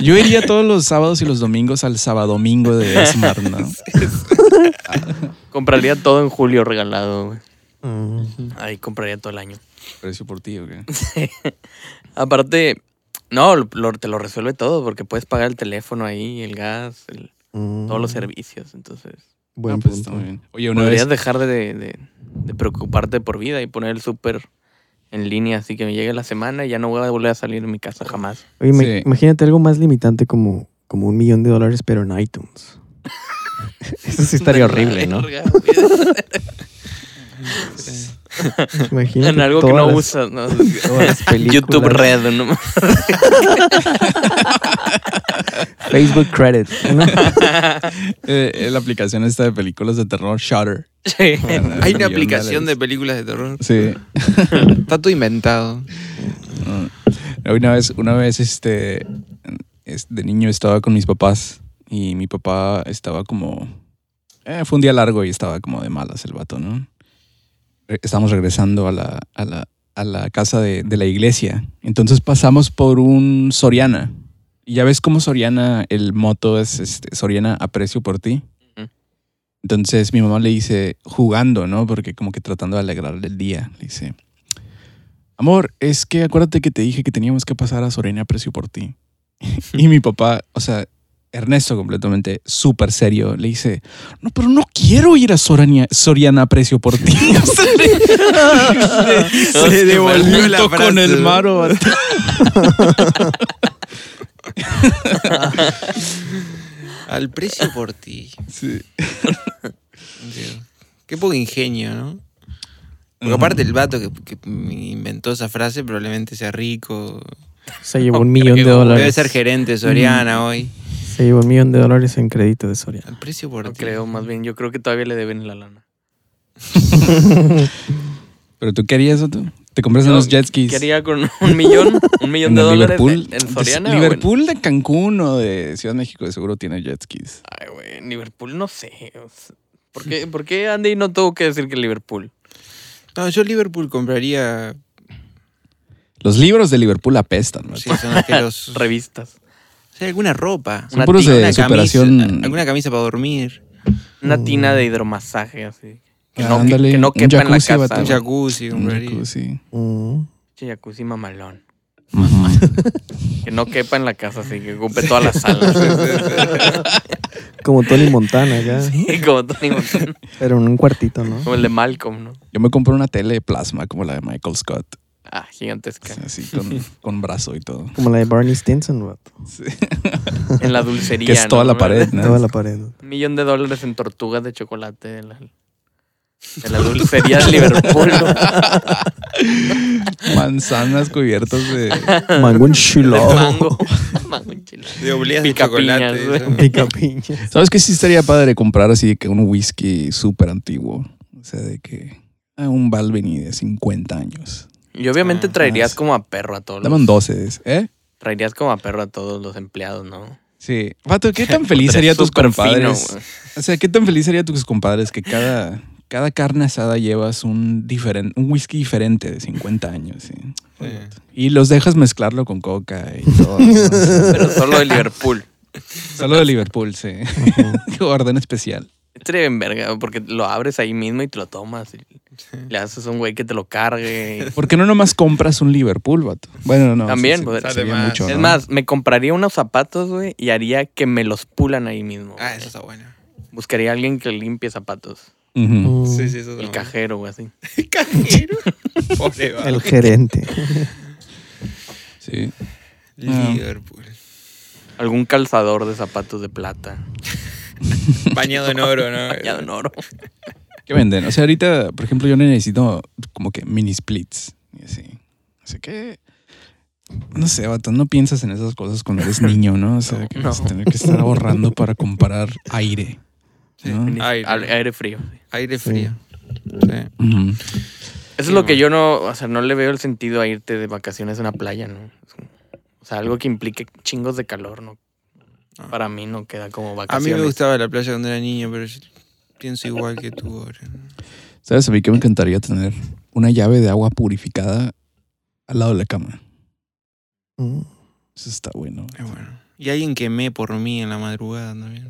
Speaker 1: Yo iría todos los sábados y los domingos al sábado-domingo de Smart, ¿no?
Speaker 3: compraría todo en julio regalado, güey.
Speaker 1: Mm.
Speaker 4: Ujú.
Speaker 3: Ahí compraría todo el año.
Speaker 1: Precio por ti, ¿o qué?
Speaker 3: Aparte, no, lo- lo- te lo resuelve todo porque puedes pagar el teléfono ahí, el gas, el-
Speaker 1: Mm.
Speaker 3: todos los servicios. Entonces,
Speaker 4: Buen
Speaker 1: Ah, pues está
Speaker 4: punto.
Speaker 1: muy bien. Oye, una
Speaker 3: podrías
Speaker 1: vez,
Speaker 3: dejar de, de- de preocuparte por vida y poner el súper en línea. Así que me llegue la semana y ya no voy a volver a salir de mi casa jamás.
Speaker 4: Oye, me-
Speaker 1: Sí.
Speaker 4: imagínate algo más limitante como, como un millón de dólares, pero en iTunes. Eso sí estaría horrible, ¿no? Imagínate.
Speaker 3: en algo que
Speaker 4: todas
Speaker 3: no
Speaker 4: las-
Speaker 3: usas. ¿no?
Speaker 4: todas las películas.
Speaker 3: YouTube Red, ¿no?
Speaker 4: Facebook Credit. ¿no?
Speaker 1: Eh, eh, la aplicación esta de películas de terror, Shutter.
Speaker 2: Hay una aplicación de películas de terror.
Speaker 1: Sí.
Speaker 2: Está todo inventado.
Speaker 1: No, Una vez, una vez este, es- de niño estaba con mis papás y mi papá estaba como... eh, fue un día largo y estaba como de malas el vato, ¿no? Re- Estábamos regresando a la, a la, a la casa de, de la iglesia. Entonces pasamos por un Soriana. Y ya ves cómo Soriana, el moto es este, Soriana, aprecio por ti.
Speaker 3: Ujú.
Speaker 1: Entonces mi mamá le dice, jugando, ¿no? Porque como que tratando de alegrarle el día, le dice, Amor, es que acuérdate que te dije que teníamos que pasar a Sorena Precio por ti. y mi papá, o sea, Ernesto completamente súper serio, le dice, no, pero no quiero ir a Sorania- Soriana Precio por ti. O sea, le- le-
Speaker 3: No,
Speaker 1: se
Speaker 3: se
Speaker 1: devolvió
Speaker 2: perdió
Speaker 1: el
Speaker 2: la
Speaker 1: toco con
Speaker 2: frase.
Speaker 1: el maro. vato.
Speaker 2: Al precio por ti.
Speaker 1: Sí.
Speaker 2: Digo, Qué poco ingenio, ¿no? Porque aparte el vato que, que inventó esa frase probablemente sea rico.
Speaker 4: Se llevó un millón de dólares. Mm.
Speaker 2: Debe ser gerente de Soriana hoy.
Speaker 4: Se llevó un millón de dólares en crédito de Soriana.
Speaker 2: Al precio por
Speaker 3: No
Speaker 2: ti.
Speaker 3: creo, más bien. Yo creo que todavía le deben la lana.
Speaker 1: Pero tú querías eso, tú. Te compras
Speaker 3: Yo
Speaker 1: unos jet skis.
Speaker 3: Quería con un millón, un millón de
Speaker 1: el
Speaker 3: dólares
Speaker 1: Liverpool.
Speaker 3: en, en
Speaker 1: Pues,
Speaker 3: Soriana. o en-
Speaker 1: Liverpool de Cancún o de Ciudad de México de seguro tiene jet skis.
Speaker 3: Ay, güey, en Liverpool no sé. o sea, ¿Por qué, ¿Por qué Andy no tuvo que decir que Liverpool?
Speaker 2: No, yo Liverpool compraría.
Speaker 1: Los libros de Liverpool apestan. ¿no?
Speaker 2: Sí, son asquerosos.
Speaker 3: Revistas.
Speaker 2: O sea, alguna ropa.
Speaker 1: Son puros
Speaker 3: tía,
Speaker 1: de
Speaker 2: Una
Speaker 1: superación.
Speaker 2: camisa, alguna camisa para dormir.
Speaker 3: Una tina de hidromasaje así. Que
Speaker 1: Ah,
Speaker 3: no, que-
Speaker 1: ándale,
Speaker 3: que no
Speaker 1: un
Speaker 3: quepa en la
Speaker 1: jacuzzi,
Speaker 3: casa.
Speaker 1: vato.
Speaker 2: Un
Speaker 3: güey.
Speaker 2: jacuzzi
Speaker 1: Un
Speaker 2: compraría.
Speaker 1: jacuzzi.
Speaker 4: Mm.
Speaker 3: Pinche jacuzzi mamalón. Que no quepa en la casa, así que ocupe todas las salas.
Speaker 4: Como Tony Montana ya.
Speaker 3: Sí, como, Tony Montana,
Speaker 4: Pero en un cuartito, ¿no?
Speaker 3: como el de Malcolm, ¿no?
Speaker 1: Yo me compré una tele de plasma como la de Michael Scott.
Speaker 3: Ah, gigantesca.
Speaker 1: Así con, con brazo y todo.
Speaker 4: Como la de Barney Stinson, vato.
Speaker 3: En la dulcería.
Speaker 1: Que es toda
Speaker 3: ¿no?
Speaker 1: la pared, ¿no?
Speaker 4: Toda la pared.
Speaker 3: Un millón de dólares en tortugas de chocolate de la, de la dulcería de Liverpool. ¿no?
Speaker 1: Manzanas cubiertas de.
Speaker 4: Mango en
Speaker 3: De
Speaker 4: chulo.
Speaker 3: mango. Mango enchilado.
Speaker 2: De obleas de
Speaker 3: Pica
Speaker 2: chocolate.
Speaker 3: piñas, güey.
Speaker 2: eso.
Speaker 4: Pica piña.
Speaker 1: ¿Sabes qué sí estaría padre comprar así de que un whisky súper antiguo? O sea, de que. ah, un Balvenie de 50 años.
Speaker 3: Y obviamente
Speaker 2: Ah,
Speaker 3: traerías
Speaker 1: sí.
Speaker 3: como a perro a todos.
Speaker 1: Dame un
Speaker 3: Los,
Speaker 1: 12, de ese, ¿eh?
Speaker 3: traerías como a perro a todos los empleados, ¿no?
Speaker 1: Sí. Vato, ¿qué tan feliz sería tus
Speaker 3: Súper fino,
Speaker 1: compadres?
Speaker 3: güey.
Speaker 1: O sea, ¿qué tan feliz sería tus compadres que cada, cada carne asada llevas un, diferen- un whisky diferente de 50 años? ¿sí?
Speaker 2: Sí.
Speaker 1: Y los dejas mezclarlo con coca y todo. ¿no? O sea,
Speaker 3: Pero solo de Liverpool.
Speaker 1: Solo de Liverpool, sí. Orden especial.
Speaker 3: Estaría bien verga, porque lo abres ahí mismo y te lo tomas. y le haces a un güey que te lo cargue.
Speaker 1: ¿Por qué no nomás compras un Liverpool, vato? Bueno, no.
Speaker 3: También, pues,
Speaker 1: sería
Speaker 2: sale más.
Speaker 1: mucho,
Speaker 3: Es
Speaker 1: ¿no?
Speaker 3: más, me compraría unos zapatos, güey, y haría que me los pulan ahí mismo.
Speaker 2: Ah,
Speaker 3: güey.
Speaker 2: eso está bueno.
Speaker 3: Buscaría a alguien que limpie zapatos.
Speaker 4: Mm.
Speaker 1: Ujú.
Speaker 2: Sí, sí, eso está
Speaker 3: El
Speaker 2: bueno.
Speaker 3: cajero, güey, así.
Speaker 2: El cajero. Pobre vato.
Speaker 4: El gerente.
Speaker 1: Sí. Ah.
Speaker 2: Liverpool.
Speaker 3: Algún calzador de zapatos de plata.
Speaker 2: Bañado en oro, ¿no?
Speaker 3: Bañado en oro.
Speaker 1: ¿Qué venden? O sea, ahorita, por ejemplo, yo necesito como que mini splits. Y así. Así que. No sé, vato, no piensas en esas cosas cuando eres niño, ¿no? O sea,
Speaker 3: No,
Speaker 1: que
Speaker 3: no.
Speaker 1: vas a tener que estar ahorrando para comprar aire. ¿no?
Speaker 2: Sí. Aire.
Speaker 3: Al- Aire frío.
Speaker 2: Aire frío. Sí.
Speaker 1: Ujú.
Speaker 3: Eso es lo que yo no, o sea, no le veo el sentido a irte de vacaciones a una playa, ¿no? O sea, algo que implique chingos de calor, ¿no?
Speaker 2: Ah.
Speaker 3: Para mí no queda como
Speaker 2: A mí
Speaker 3: vacaciones.
Speaker 2: me gustaba la playa cuando era niño, pero yo pienso igual que tú ahora.
Speaker 1: ¿Sabes? A mí que me encantaría tener una llave de agua purificada al lado de la cama.
Speaker 4: Mm,
Speaker 1: Eso está bueno.
Speaker 2: Es bueno. Y alguien quemé por mí en la madrugada también.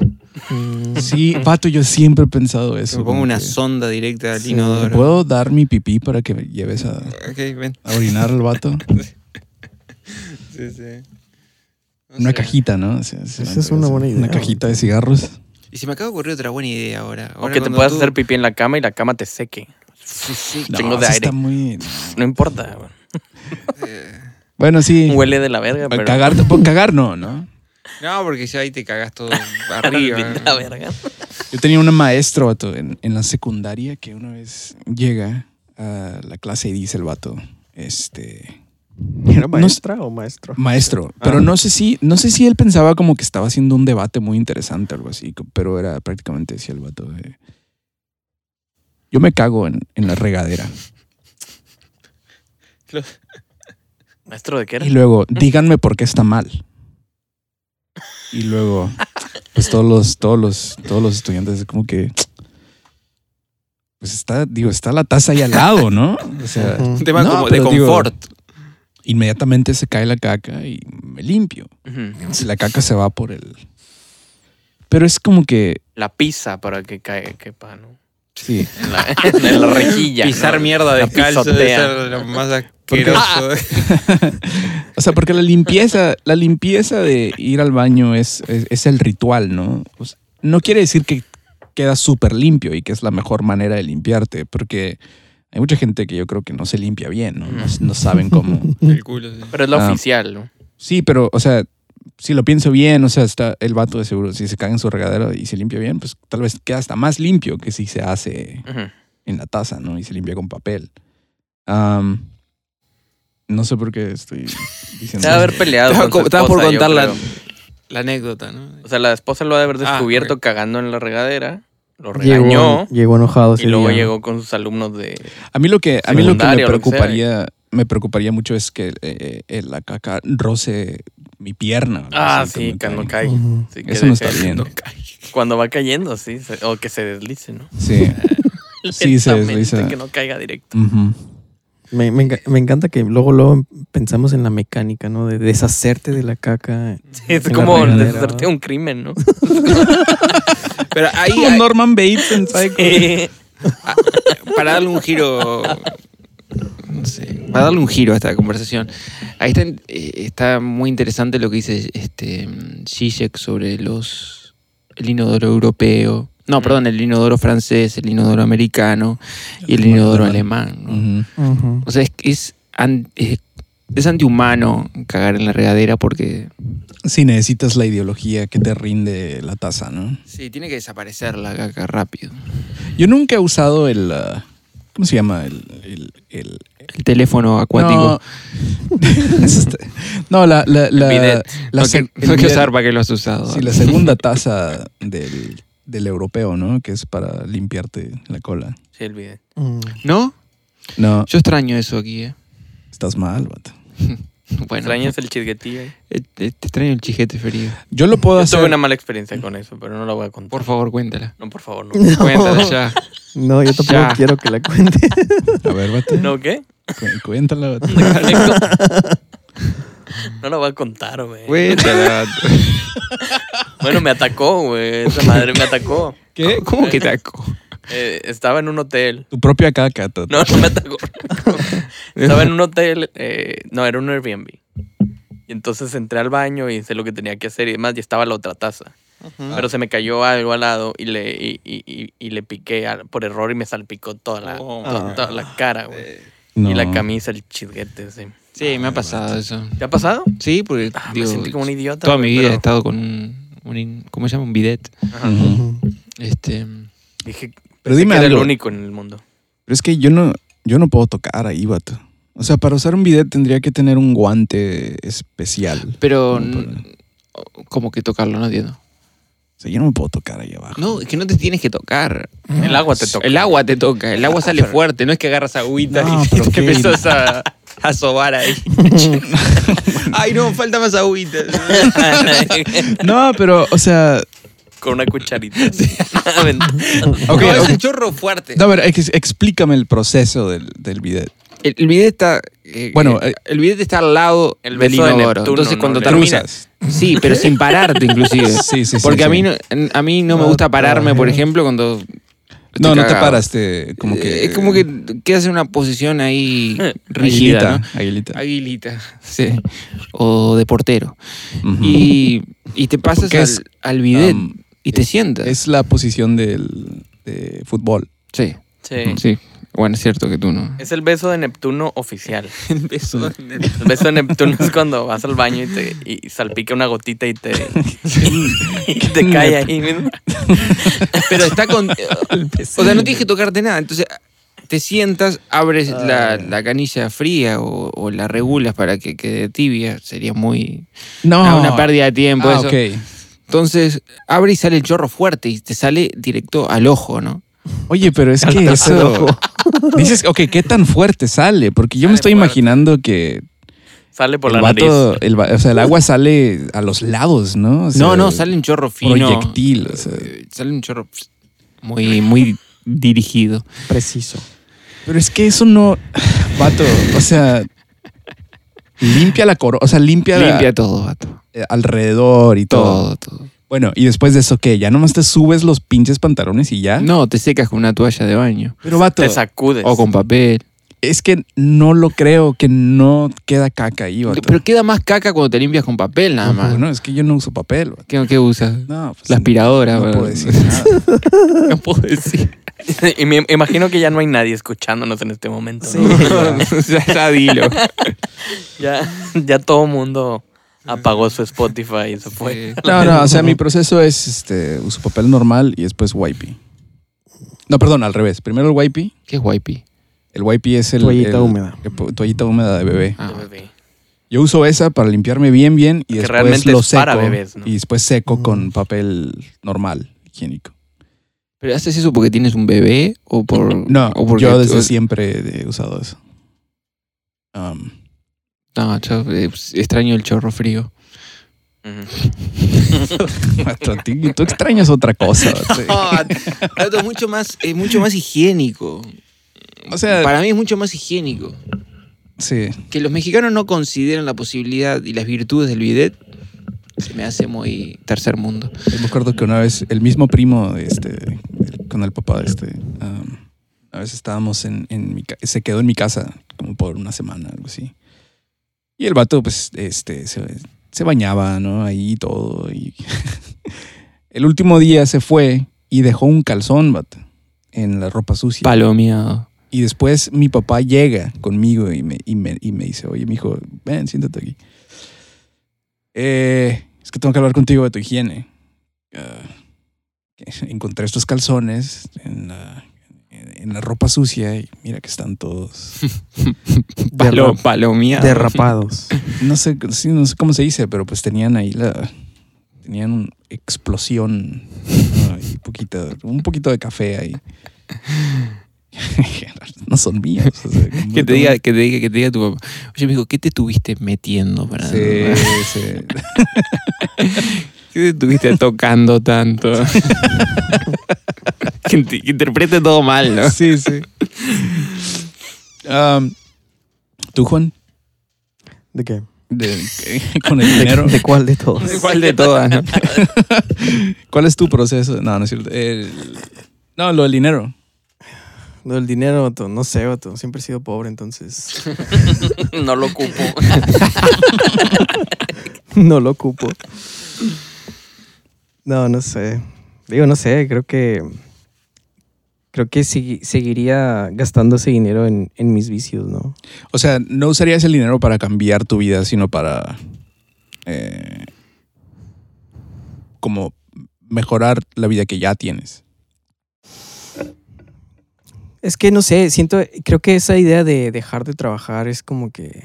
Speaker 4: mm.
Speaker 1: Sí, Pato, yo siempre he pensado eso.
Speaker 2: Me pongo
Speaker 1: como
Speaker 2: una
Speaker 1: que,
Speaker 2: sonda directa al
Speaker 4: Sí.
Speaker 2: inodoro.
Speaker 1: ¿Puedo dar mi pipí para que me lleves a,
Speaker 2: Ok, ven.
Speaker 1: a orinar al vato?
Speaker 2: Sí, sí. No
Speaker 1: Una
Speaker 2: sé.
Speaker 1: cajita, ¿no? O sea, se me
Speaker 4: Esa es
Speaker 1: antoja
Speaker 4: una
Speaker 1: hacer
Speaker 4: buena
Speaker 1: Una
Speaker 4: idea.
Speaker 1: cajita de cigarros.
Speaker 2: Y se me acaba de ocurrir otra buena idea ahora.
Speaker 3: O
Speaker 2: Ahora
Speaker 3: que te
Speaker 2: cuando
Speaker 3: puedas
Speaker 2: tú-
Speaker 3: hacer pipí en la cama y la cama te seque.
Speaker 2: Sí, sí,
Speaker 1: No,
Speaker 3: Chingo de
Speaker 1: eso
Speaker 3: aire.
Speaker 1: está muy...
Speaker 3: No importa, güey.
Speaker 2: eh.
Speaker 1: Bueno, sí.
Speaker 3: Huele de la verga, pero...
Speaker 1: Cagar, por cagar no, ¿no?
Speaker 2: No, porque ya ahí te cagás todo arriba.
Speaker 3: De la verga.
Speaker 1: Yo tenía una maestra, vato, en, en la secundaria que una vez llega a la clase y dice el vato, este,
Speaker 6: ¿Era maestra o maestro?
Speaker 1: maestro, pero
Speaker 6: Ah.
Speaker 1: no sé si, no sé si él pensaba como que estaba haciendo un debate muy interesante o algo así, co- pero era prácticamente decía el vato de, yo me cago en, en la regadera.
Speaker 3: ¿Maestro de qué era?
Speaker 1: Y luego, díganme por qué está mal. Y luego, pues todos los, todos los, todos los estudiantes como que, pues está, digo, está la taza ahí al lado, ¿no? O sea,
Speaker 6: Ujú.
Speaker 2: Un tema
Speaker 1: No,
Speaker 2: como de
Speaker 1: pero digo-
Speaker 2: confort.
Speaker 1: inmediatamente se cae la caca y me limpio.
Speaker 3: Ujú.
Speaker 1: Si La caca se va por el. Pero es como que.
Speaker 3: La pizza para que cae, quepa, ¿no?
Speaker 1: Sí.
Speaker 3: En la, en la rejilla.
Speaker 2: Pisar
Speaker 3: ¿no?
Speaker 2: mierda
Speaker 3: La
Speaker 2: de calcio debe
Speaker 3: pisotea.
Speaker 2: ser Ah. lo más
Speaker 1: Porque-
Speaker 2: asqueroso.
Speaker 1: O sea, porque la limpieza, la limpieza de ir al baño es, es, es el ritual, ¿no? O sea, no quiere decir que queda súper limpio y que es la mejor manera de limpiarte, porque hay mucha gente que yo creo que no se limpia bien, ¿no? No, no saben cómo.
Speaker 2: El culo, sí.
Speaker 3: Pero es la
Speaker 1: Ah.
Speaker 3: oficial, ¿no?
Speaker 1: Sí, pero, o sea, si lo pienso bien, o sea, está el vato de seguro, si se cae en su regadero y se limpia bien, pues tal vez queda hasta más limpio que si se hace
Speaker 3: Ujú.
Speaker 1: en la taza, ¿no? Y se limpia con papel. Am, no sé por qué estoy
Speaker 3: Se
Speaker 1: diciendo
Speaker 3: ha de
Speaker 1: eso.
Speaker 3: haber peleado.
Speaker 2: Estaba,
Speaker 3: con su
Speaker 2: co- estaba por
Speaker 3: esposa, yo
Speaker 2: contar la,
Speaker 3: creo.
Speaker 2: la anécdota, ¿no?
Speaker 3: O sea, la esposa lo ha de haber
Speaker 2: Ah,
Speaker 3: descubierto
Speaker 2: ok.
Speaker 3: cagando en la regadera. Lo regañó.
Speaker 4: Llegó, llegó enojado.
Speaker 3: Y
Speaker 4: ese
Speaker 3: luego
Speaker 4: día.
Speaker 3: llegó con sus alumnos de.
Speaker 1: A mí lo que, a mí lo que me
Speaker 3: Secundaria o lo que sea.
Speaker 1: preocuparía, me preocuparía mucho es que eh, eh, eh, la caca roce mi pierna. o
Speaker 3: Ah,
Speaker 1: así,
Speaker 3: sí,
Speaker 1: me
Speaker 3: cuando
Speaker 1: cae.
Speaker 3: cae.
Speaker 4: Ujú.
Speaker 3: Sí, que
Speaker 1: Eso no está
Speaker 3: deje-
Speaker 1: bien.
Speaker 3: Cuando va cayendo, sí. se- o que se deslice, ¿no?
Speaker 1: Sí. Sí, se
Speaker 3: Lentamente,
Speaker 1: desliza.
Speaker 3: Que no caiga directo.
Speaker 1: Ujú.
Speaker 4: Me, me enca- me encanta que luego, luego pensamos en la mecánica, ¿no? De deshacerte de la caca.
Speaker 3: Es
Speaker 4: En la
Speaker 3: como
Speaker 4: regadera,
Speaker 3: deshacerte de un crimen, ¿no?
Speaker 2: Pero ahí,
Speaker 1: Como Norman Bates en Psycho.
Speaker 2: para darle un giro. No sé. Para darle un giro a esta conversación. Ahí está, eh, está muy interesante lo que dice este mm, Zizek sobre los. el inodoro europeo. No, perdón, el inodoro francés, el inodoro americano y el inodoro alemán. ¿no?
Speaker 1: Ujú.
Speaker 4: Ujú.
Speaker 2: O sea, es, es, an- es- es antihumano cagar en la regadera porque.
Speaker 1: Sí, necesitas la ideología que te rinde la taza, ¿no?
Speaker 2: Sí, tiene que desaparecer la caca rápido.
Speaker 1: Yo nunca he usado el. ah, ¿Cómo se llama? El. el, el-
Speaker 2: El teléfono acuático.
Speaker 1: No, Eso está- este, no, la. la, la
Speaker 3: bidet.
Speaker 1: la
Speaker 2: no,
Speaker 1: se-
Speaker 2: que, no
Speaker 1: el
Speaker 2: que
Speaker 1: bidet.
Speaker 2: usar para que lo has usado.
Speaker 1: Sí, la segunda taza del, del europeo, ¿no? Que es para limpiarte la cola.
Speaker 3: Sí, el bidet.
Speaker 4: Mm.
Speaker 2: ¿No?
Speaker 1: No,
Speaker 2: Yo extraño eso aquí, ¿eh?
Speaker 1: estás mal, vato.
Speaker 2: Bueno,
Speaker 3: Extrañas el chisguetillo. ahí.
Speaker 2: eh, eh, te extraño el chijete ferido.
Speaker 1: Yo lo puedo
Speaker 3: Yo
Speaker 1: hacer.
Speaker 3: tuve una mala experiencia con eso, pero no la voy a contar.
Speaker 2: Por favor, cuéntala.
Speaker 3: No, por favor, no.
Speaker 2: Cuéntala ya.
Speaker 4: No, yo tampoco
Speaker 2: Ya.
Speaker 4: quiero que la cuente.
Speaker 1: A ver, vato.
Speaker 3: ¿No qué?
Speaker 1: cu- Cuéntala, vato.
Speaker 3: No la voy a contar, güey.
Speaker 2: Cuéntala.
Speaker 3: Bueno, me atacó, güey. Esa madre me atacó.
Speaker 2: ¿Qué? ¿Cómo que taco?
Speaker 3: Eh, estaba en un hotel.
Speaker 1: Tu propia caca, Tato.
Speaker 3: No, no me atacó. Estaba en un hotel, eh, no, era un Airbnb. Y entonces entré al baño y hice lo que tenía que hacer y demás, y estaba la otra taza. Pero se me cayó algo al lado y le, y, y- y- y le piqué al- por error y me salpicó toda la,
Speaker 2: Oh, Eh,
Speaker 3: to-
Speaker 2: man.
Speaker 3: toda la cara, güey.
Speaker 1: No.
Speaker 3: Y la camisa, el chisguete, sí.
Speaker 2: Sí, me ha pasado eso.
Speaker 3: ¿Te ha pasado?
Speaker 2: Sí, porque
Speaker 3: Ah,
Speaker 2: digo,
Speaker 3: me sentí como un idiota.
Speaker 2: toda mi
Speaker 3: güey,
Speaker 2: vida he
Speaker 3: pero
Speaker 2: estado con un, un in- ¿Cómo se llama? Un bidet.
Speaker 1: Ujú.
Speaker 2: Este.
Speaker 3: Dije que
Speaker 1: Pero dime
Speaker 3: era el
Speaker 1: algo.
Speaker 3: único en el mundo.
Speaker 1: Pero es que yo no, yo no puedo tocar ahí, vato. O sea, para usar un bidet tendría que tener un guante especial.
Speaker 2: Pero.
Speaker 1: Como
Speaker 2: n- Como que tocarlo, no entiendo.
Speaker 1: O sea, yo no me puedo tocar ahí abajo.
Speaker 2: No, es que no te tienes que tocar. Mm.
Speaker 3: El agua te toca.
Speaker 2: El agua te toca, el agua sale fuerte, no es que agarras agüita
Speaker 1: No,
Speaker 2: y
Speaker 1: pero
Speaker 2: te
Speaker 1: qué-
Speaker 2: empezás a, a sobar ahí. Ay, no, falta más agüita.
Speaker 1: No, pero, o sea,
Speaker 3: con una cucharita. Aventando.
Speaker 1: Ok,
Speaker 2: No,
Speaker 1: ok.
Speaker 2: Es un chorro fuerte.
Speaker 1: no, a ver, ex- explícame el proceso del, del bidet.
Speaker 2: El, el bidet está. eh,
Speaker 1: Bueno,
Speaker 2: eh,
Speaker 1: eh,
Speaker 2: el bidet está al lado
Speaker 3: El
Speaker 2: del
Speaker 3: beso de
Speaker 2: inodoro.
Speaker 3: Neptuno,
Speaker 2: Entonces,
Speaker 3: ¿no?
Speaker 2: cuando
Speaker 3: Le
Speaker 2: termina.
Speaker 1: Cruzas.
Speaker 2: Sí, pero sin pararte, inclusive.
Speaker 1: Sí, sí, sí,
Speaker 2: Porque a
Speaker 1: sí.
Speaker 2: mí no, a mí no me gusta pararme, por ejemplo, cuando. estoy
Speaker 1: No, no te
Speaker 2: cagado.
Speaker 1: paraste. Como que.
Speaker 2: Eh, Es como que quedas en una posición ahí rígida.
Speaker 1: Aguilita.
Speaker 2: ¿no?
Speaker 1: aguilita.
Speaker 2: Aguilita, sí. O de portero.
Speaker 1: Ujú.
Speaker 2: y, y te pasas
Speaker 1: Porque
Speaker 2: al,
Speaker 1: es,
Speaker 2: al bidet
Speaker 1: um,
Speaker 2: y te sientas.
Speaker 1: Es la posición del de fútbol.
Speaker 2: sí,
Speaker 3: Sí.
Speaker 2: sí. Bueno, es cierto que tú no.
Speaker 3: Es el beso de Neptuno oficial.
Speaker 2: El beso.
Speaker 3: El beso de Neptuno es cuando vas al baño y te y salpica una gotita y te, y te cae ahí mismo.
Speaker 2: Pero está con. Pues, O sea, no tienes que tocarte nada. Entonces, te sientas, abres
Speaker 1: Ah.
Speaker 2: la, la canilla fría o, o la regulas para que quede tibia. Sería muy.
Speaker 1: No.
Speaker 2: Ah, una pérdida de tiempo.
Speaker 1: Ah,
Speaker 2: eso.
Speaker 1: ok.
Speaker 2: Entonces, abre y sale el chorro fuerte y te sale directo al ojo, ¿no?
Speaker 1: Oye, pero es que eso. Dices, ok, ¿qué tan fuerte sale? Porque yo me
Speaker 3: Sale
Speaker 1: estoy
Speaker 3: fuerte.
Speaker 1: imaginando que
Speaker 3: Sale por
Speaker 1: el,
Speaker 3: la
Speaker 1: vato-
Speaker 3: nariz.
Speaker 1: el va- o sea, el agua sale a los lados, ¿no? O sea,
Speaker 2: no, no, sale un chorro fino.
Speaker 1: proyectil, o sea.
Speaker 2: Eh, Sale un chorro pss, muy, muy dirigido.
Speaker 4: Preciso.
Speaker 1: Pero es que eso no. Vato, o sea. Limpia la corona, o sea, limpia, la-
Speaker 2: Limpia todo, vato.
Speaker 1: eh, alrededor y todo.
Speaker 2: Todo, todo.
Speaker 1: Bueno, y después de eso, ¿qué? Ya nomás te subes los pinches pantalones y ya.
Speaker 2: No, te secas con una toalla de baño.
Speaker 1: Pero vato,
Speaker 3: Te sacudes.
Speaker 2: O con papel.
Speaker 1: es que no lo creo que no queda caca ahí, vato.
Speaker 2: Pero queda más caca cuando te limpias con papel nada más.
Speaker 1: No, es que yo no uso papel, vato.
Speaker 2: ¿Qué, qué usas?
Speaker 1: No, pues,
Speaker 2: La aspiradora.
Speaker 1: No
Speaker 2: bueno.
Speaker 1: puedo decir nada.
Speaker 2: no puedo decir.
Speaker 3: Y me imagino que ya no hay nadie escuchándonos en este momento.
Speaker 4: Sí.
Speaker 3: ¿no?
Speaker 2: ya, ya dilo.
Speaker 3: Ya, ya todo mundo apagó su Spotify y se fue.
Speaker 2: Sí.
Speaker 1: No, no, o sea, mi proceso es este, uso papel normal y después wipey. No, perdón, al revés. Primero el wipey.
Speaker 2: ¿Qué es wipey?
Speaker 1: El wipey es el.
Speaker 4: Toallita
Speaker 1: el-
Speaker 4: húmeda.
Speaker 1: el po- toallita húmeda de bebé.
Speaker 2: Ah,
Speaker 3: De bebé.
Speaker 1: Yo uso esa para limpiarme bien, bien y
Speaker 3: Que
Speaker 1: después
Speaker 3: realmente
Speaker 1: lo
Speaker 3: es
Speaker 1: seco.
Speaker 3: para bebés, ¿no?
Speaker 1: Y después seco
Speaker 4: Mm.
Speaker 1: con papel normal, higiénico.
Speaker 2: ¿Pero haces eso porque tienes un bebé o por
Speaker 1: No,
Speaker 2: o porque
Speaker 1: yo desde siempre he usado eso. Um,
Speaker 2: No, yo eh, extraño el chorro frío.
Speaker 3: Ujú.
Speaker 1: vato, a ti- tú extrañas otra cosa. vato.
Speaker 2: Ah, es mucho más, es mucho más higiénico.
Speaker 1: O sea-
Speaker 2: para mí es mucho más higiénico.
Speaker 1: Sí.
Speaker 2: Que los mexicanos no consideran la posibilidad y las virtudes del bidet se me hace muy tercer mundo.
Speaker 1: Yo me acuerdo que una vez el mismo primo, este, el- con el papá, este, um, a veces estábamos en, en mi ca- se quedó en mi casa como por una semana, algo así. Y el vato, pues, este, se, se bañaba, ¿no? Ahí y todo. Y el último día se fue y dejó un calzón, vato, en la ropa sucia.
Speaker 2: Palomeado.
Speaker 1: Y después mi papá llega conmigo y me, y me, y me dice, oye, mi hijo, ven, siéntate aquí. Eh, es que tengo que hablar contigo de tu higiene. Ah, encontré estos calzones en la, en la ropa sucia y mira que están todos...
Speaker 2: Palo-
Speaker 4: Derra-
Speaker 2: palomeado.
Speaker 4: derrapados.
Speaker 1: No sé, sí, no sé cómo se dice, pero pues tenían ahí la... Tenían una explosión, ¿no? Y poquito, un poquito de café ahí. No son míos. o sea,
Speaker 2: Que te, diga, que, te diga, que te diga tu papá. Oye, me dijo, ¿qué te estuviste metiendo para.?
Speaker 1: Sí, sí.
Speaker 2: ¿Qué te estuviste tocando tanto? que, int- que interprete todo mal, ¿no?
Speaker 1: Sí, sí. Am, Um, ¿Tú, Juan?
Speaker 6: ¿De qué?
Speaker 1: De- con el
Speaker 4: ¿De,
Speaker 1: dinero.
Speaker 4: de cuál de todos?
Speaker 2: ¿Cuál de todas, no?
Speaker 1: ¿Cuál es tu proceso? No, no es cierto. El- no, lo del dinero.
Speaker 6: No, el dinero, vato, no sé, vato. Siempre he sido pobre, entonces
Speaker 3: No lo ocupo.
Speaker 6: no lo ocupo. No, no sé.
Speaker 4: Digo, no sé, creo que. Creo que segui- seguiría gastando ese dinero en, en mis vicios, ¿no?
Speaker 1: O sea, no usarías el dinero para cambiar tu vida, sino para. eh, como mejorar la vida que ya tienes.
Speaker 4: Es que no sé, siento. Creo que esa idea de dejar de trabajar es como que.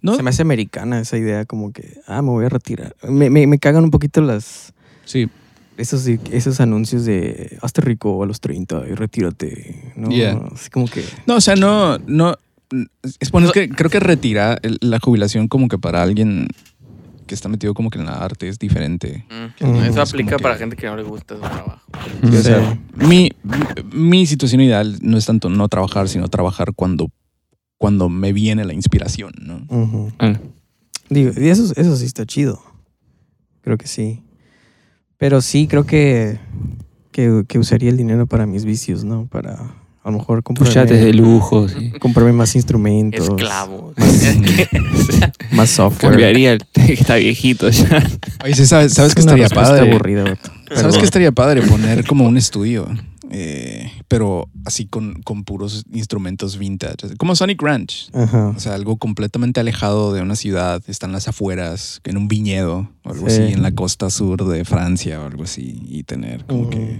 Speaker 1: ¿No?
Speaker 4: Se me hace americana esa idea, como que. Ah, me voy a retirar. Me, me- me cagan un poquito las.
Speaker 1: Sí.
Speaker 4: Esos, esos anuncios de hazte rico a los 30 y retírate, ¿no?
Speaker 1: Yeah.
Speaker 4: Así como que.
Speaker 1: No, o sea, no, no. Es bueno, es que creo que retirar el- la jubilación como que para alguien que está metido como que en la arte es diferente.
Speaker 3: Mm.
Speaker 4: Mm.
Speaker 3: Eso
Speaker 1: Es
Speaker 3: aplica
Speaker 1: como que-
Speaker 3: para gente que no le gusta su trabajo.
Speaker 1: O
Speaker 4: Sí.
Speaker 1: sea, mi, mi situación ideal no es tanto no trabajar, sino trabajar cuando, cuando me viene la inspiración, ¿no?
Speaker 4: Ujú.
Speaker 2: Ah.
Speaker 4: Digo, y eso, eso sí está chido. Creo que sí. Pero sí, creo que, que, que usaría el dinero para mis vicios, ¿no? Para a lo mejor
Speaker 2: Tus yates de
Speaker 4: comprarme,
Speaker 2: lujo, sí.
Speaker 4: comprarme más instrumentos.
Speaker 3: Esclavo.
Speaker 4: Más software.
Speaker 2: Cambiaría, el- está viejito ya.
Speaker 1: Oye, sí, ¿sabes, sabes
Speaker 4: Es
Speaker 1: que
Speaker 4: una
Speaker 1: estaría
Speaker 4: respuesta
Speaker 1: padre?
Speaker 4: aburrida, vato.
Speaker 1: ¿Sabes que estaría padre poner como un estudio? eh, pero así con, con puros instrumentos vintage, como Sonic Ranch.
Speaker 4: Ajá.
Speaker 1: O sea, algo completamente alejado de una ciudad, están las afueras, en un viñedo o algo
Speaker 4: Sí.
Speaker 1: así, en la costa sur de Francia o algo así, y tener como
Speaker 4: Mm.
Speaker 1: que...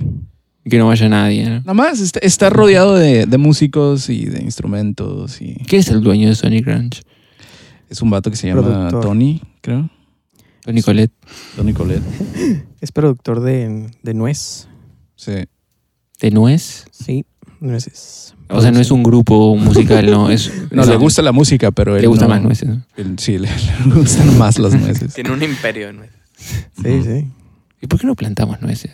Speaker 2: Que no vaya nadie. ¿no?
Speaker 1: Nada más, est- estar rodeado de, de músicos y de instrumentos y...
Speaker 2: ¿Quién es el dueño de Sonic Ranch?
Speaker 1: Es un vato que se llama
Speaker 4: Productor.
Speaker 1: Tony, creo.
Speaker 2: Tony Colette.
Speaker 1: Tony Colette.
Speaker 4: Es productor de, de nuez.
Speaker 1: Sí.
Speaker 2: ¿De nuez?
Speaker 4: Sí, nueces.
Speaker 2: O sea, no es un grupo musical, no. Es,
Speaker 1: No,
Speaker 2: es-
Speaker 1: le gusta la música, pero él
Speaker 2: Le gusta
Speaker 1: no-
Speaker 2: más nueces. ¿no?
Speaker 1: él- sí, le, le gustan más las nueces.
Speaker 3: Tiene un imperio. ¿no?
Speaker 4: Sí, sí.
Speaker 2: ¿Y por qué no plantamos nueces?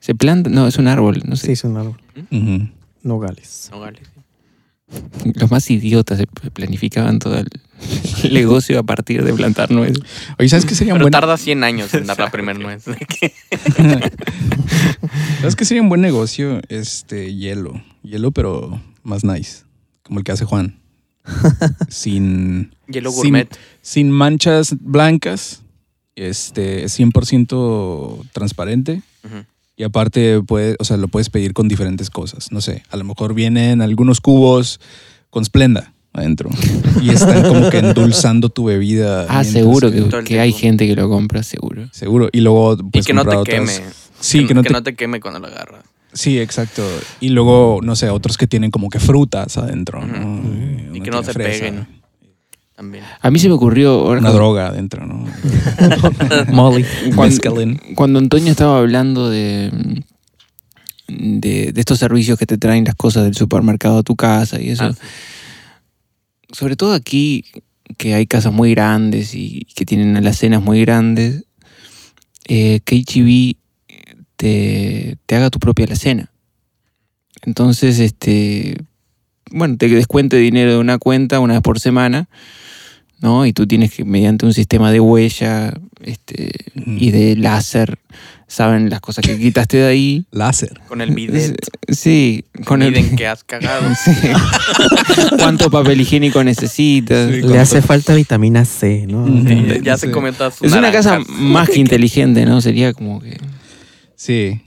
Speaker 2: Se planta. No, es un árbol. No
Speaker 4: Sí,
Speaker 2: sé.
Speaker 4: es un árbol.
Speaker 1: Ujú.
Speaker 4: Nogales.
Speaker 3: Nogales.
Speaker 2: Los más idiotas se planificaban todo el el negocio a partir de plantar nueces.
Speaker 1: Oye, ¿sabes qué sería un
Speaker 3: Pero
Speaker 1: buen,
Speaker 3: tarda 100 años en dar la primera nuez. De que-
Speaker 1: ¿sabes qué sería un buen negocio? Este, hielo. Hielo, pero más nice. Como el que hace Juan. Sin,
Speaker 3: Hielo
Speaker 1: Sí.
Speaker 3: gourmet.
Speaker 1: sin manchas blancas. Este, 100% transparente.
Speaker 3: Ujú.
Speaker 1: Y aparte, puede, o sea, lo puedes pedir con diferentes cosas. No sé, a lo mejor vienen algunos cubos con Splenda adentro y están como que endulzando tu bebida.
Speaker 2: Ah,
Speaker 1: mientras
Speaker 2: seguro
Speaker 1: que-
Speaker 2: que,
Speaker 3: Todo el
Speaker 2: que hay
Speaker 3: tiempo.
Speaker 2: gente que lo compra, seguro.
Speaker 1: Seguro. Y luego
Speaker 3: Y
Speaker 1: puedes
Speaker 3: que no te
Speaker 1: comprar
Speaker 3: queme.
Speaker 1: otras- Sí, que, no te...
Speaker 3: queme cuando lo agarras.
Speaker 1: Sí, exacto. Y luego, no sé, otros que tienen como que frutas adentro. ¿no?
Speaker 3: Ujú.
Speaker 1: Eh,
Speaker 3: Y
Speaker 1: una
Speaker 3: que no
Speaker 1: tiene
Speaker 3: se
Speaker 1: fresa,
Speaker 3: peguen. También.
Speaker 2: A mí se me ocurrió. ahora
Speaker 1: Una
Speaker 2: cuando-
Speaker 1: droga adentro, ¿no?
Speaker 4: Molly.
Speaker 1: Mezcalín.
Speaker 2: Cuando Antonio estaba hablando de, mm, de, de estos servicios que te traen las cosas del supermercado a tu casa y eso,
Speaker 3: Ah, sí.
Speaker 2: sobre todo aquí que hay casas muy grandes y que tienen alacenas muy grandes, eh, que HEB te, te haga tu propia alacena. Entonces, este, bueno, te descuente dinero de una cuenta una vez por semana, ¿no? Y tú tienes que, mediante un sistema de huella este,
Speaker 1: Ujú.
Speaker 2: y de láser, saben las cosas que quitaste de ahí.
Speaker 1: Láser.
Speaker 3: Con el
Speaker 1: eh,
Speaker 3: bidet.
Speaker 2: Sí, con el...
Speaker 3: Miden que has cagado.
Speaker 2: Sí. ¿Cuánto papel higiénico necesitas?
Speaker 1: Sí,
Speaker 4: Le hace falta vitamina C, ¿no?
Speaker 1: Ujú.
Speaker 3: Sí, ya- ya
Speaker 1: Sí.
Speaker 3: se comió todas sus
Speaker 2: Es una casa
Speaker 3: naranjas.
Speaker 2: más que inteligente, ¿no? Sería como que...
Speaker 1: Sí.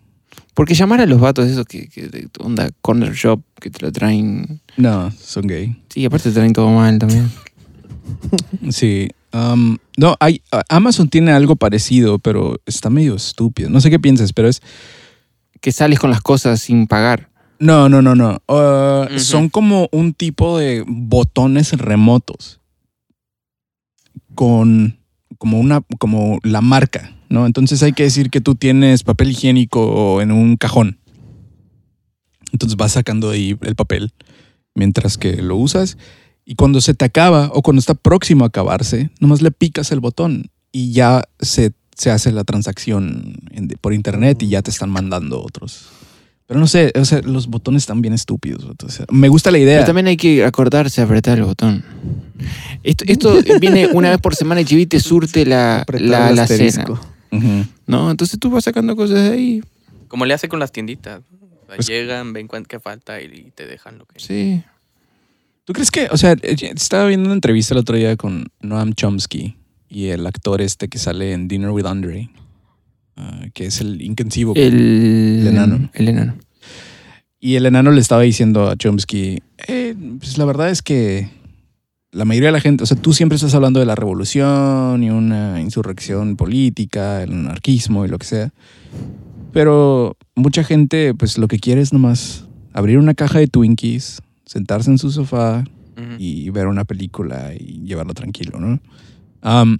Speaker 2: Porque llamar a los vatos esos que, que de onda corner shop, que te lo traen...
Speaker 1: No, son gay.
Speaker 2: Sí, aparte te traen todo mal también.
Speaker 1: Sí. Am, no, hay, a- Amazon tiene algo parecido, pero está medio estúpido. No sé qué piensas, pero es...
Speaker 2: Que sales con las cosas sin pagar.
Speaker 1: No, no, no, no. Uh,
Speaker 3: Ujú.
Speaker 1: Son como un tipo de botones remotos con como una como la marca, ¿no? Entonces hay que decir que tú tienes papel higiénico en un cajón. Entonces vas sacando ahí el papel mientras que lo usas y cuando se te acaba o cuando está próximo a acabarse, nomás le picas el botón y ya se, se hace la transacción en- por internet y ya te están mandando otros. Pero no sé, o sea, los botones están bien estúpidos. vato, o sea, me gusta la idea.
Speaker 2: Pero también hay que acordarse de apretar el botón. Esto, esto viene una vez por semana y Chibi te surte la, la, la cena.
Speaker 1: Ujú.
Speaker 2: ¿no? Entonces tú vas sacando cosas de ahí.
Speaker 3: Como le hace con las tienditas. O sea,
Speaker 1: Pues-
Speaker 3: llegan, ven cuánto que falta y te dejan lo que.
Speaker 2: Sí.
Speaker 1: ¿Tú crees que, o sea, eh, estaba viendo una entrevista el otro día con Noam Chomsky y el actor este que sale en Dinner with Andre, ah, que es el inconcibo.
Speaker 2: El,
Speaker 1: El enano.
Speaker 2: El enano.
Speaker 1: Y el enano le estaba diciendo a Chomsky, "Eh, pues la verdad es que la mayoría de la gente, o sea, tú siempre estás hablando de la revolución y una insurrección política, el anarquismo y lo que sea, pero mucha gente, pues lo que quiere es nomás abrir una caja de Twinkies, sentarse en su sofá,
Speaker 3: Ujú.
Speaker 1: y ver una película y llevarlo tranquilo, ¿no? Am,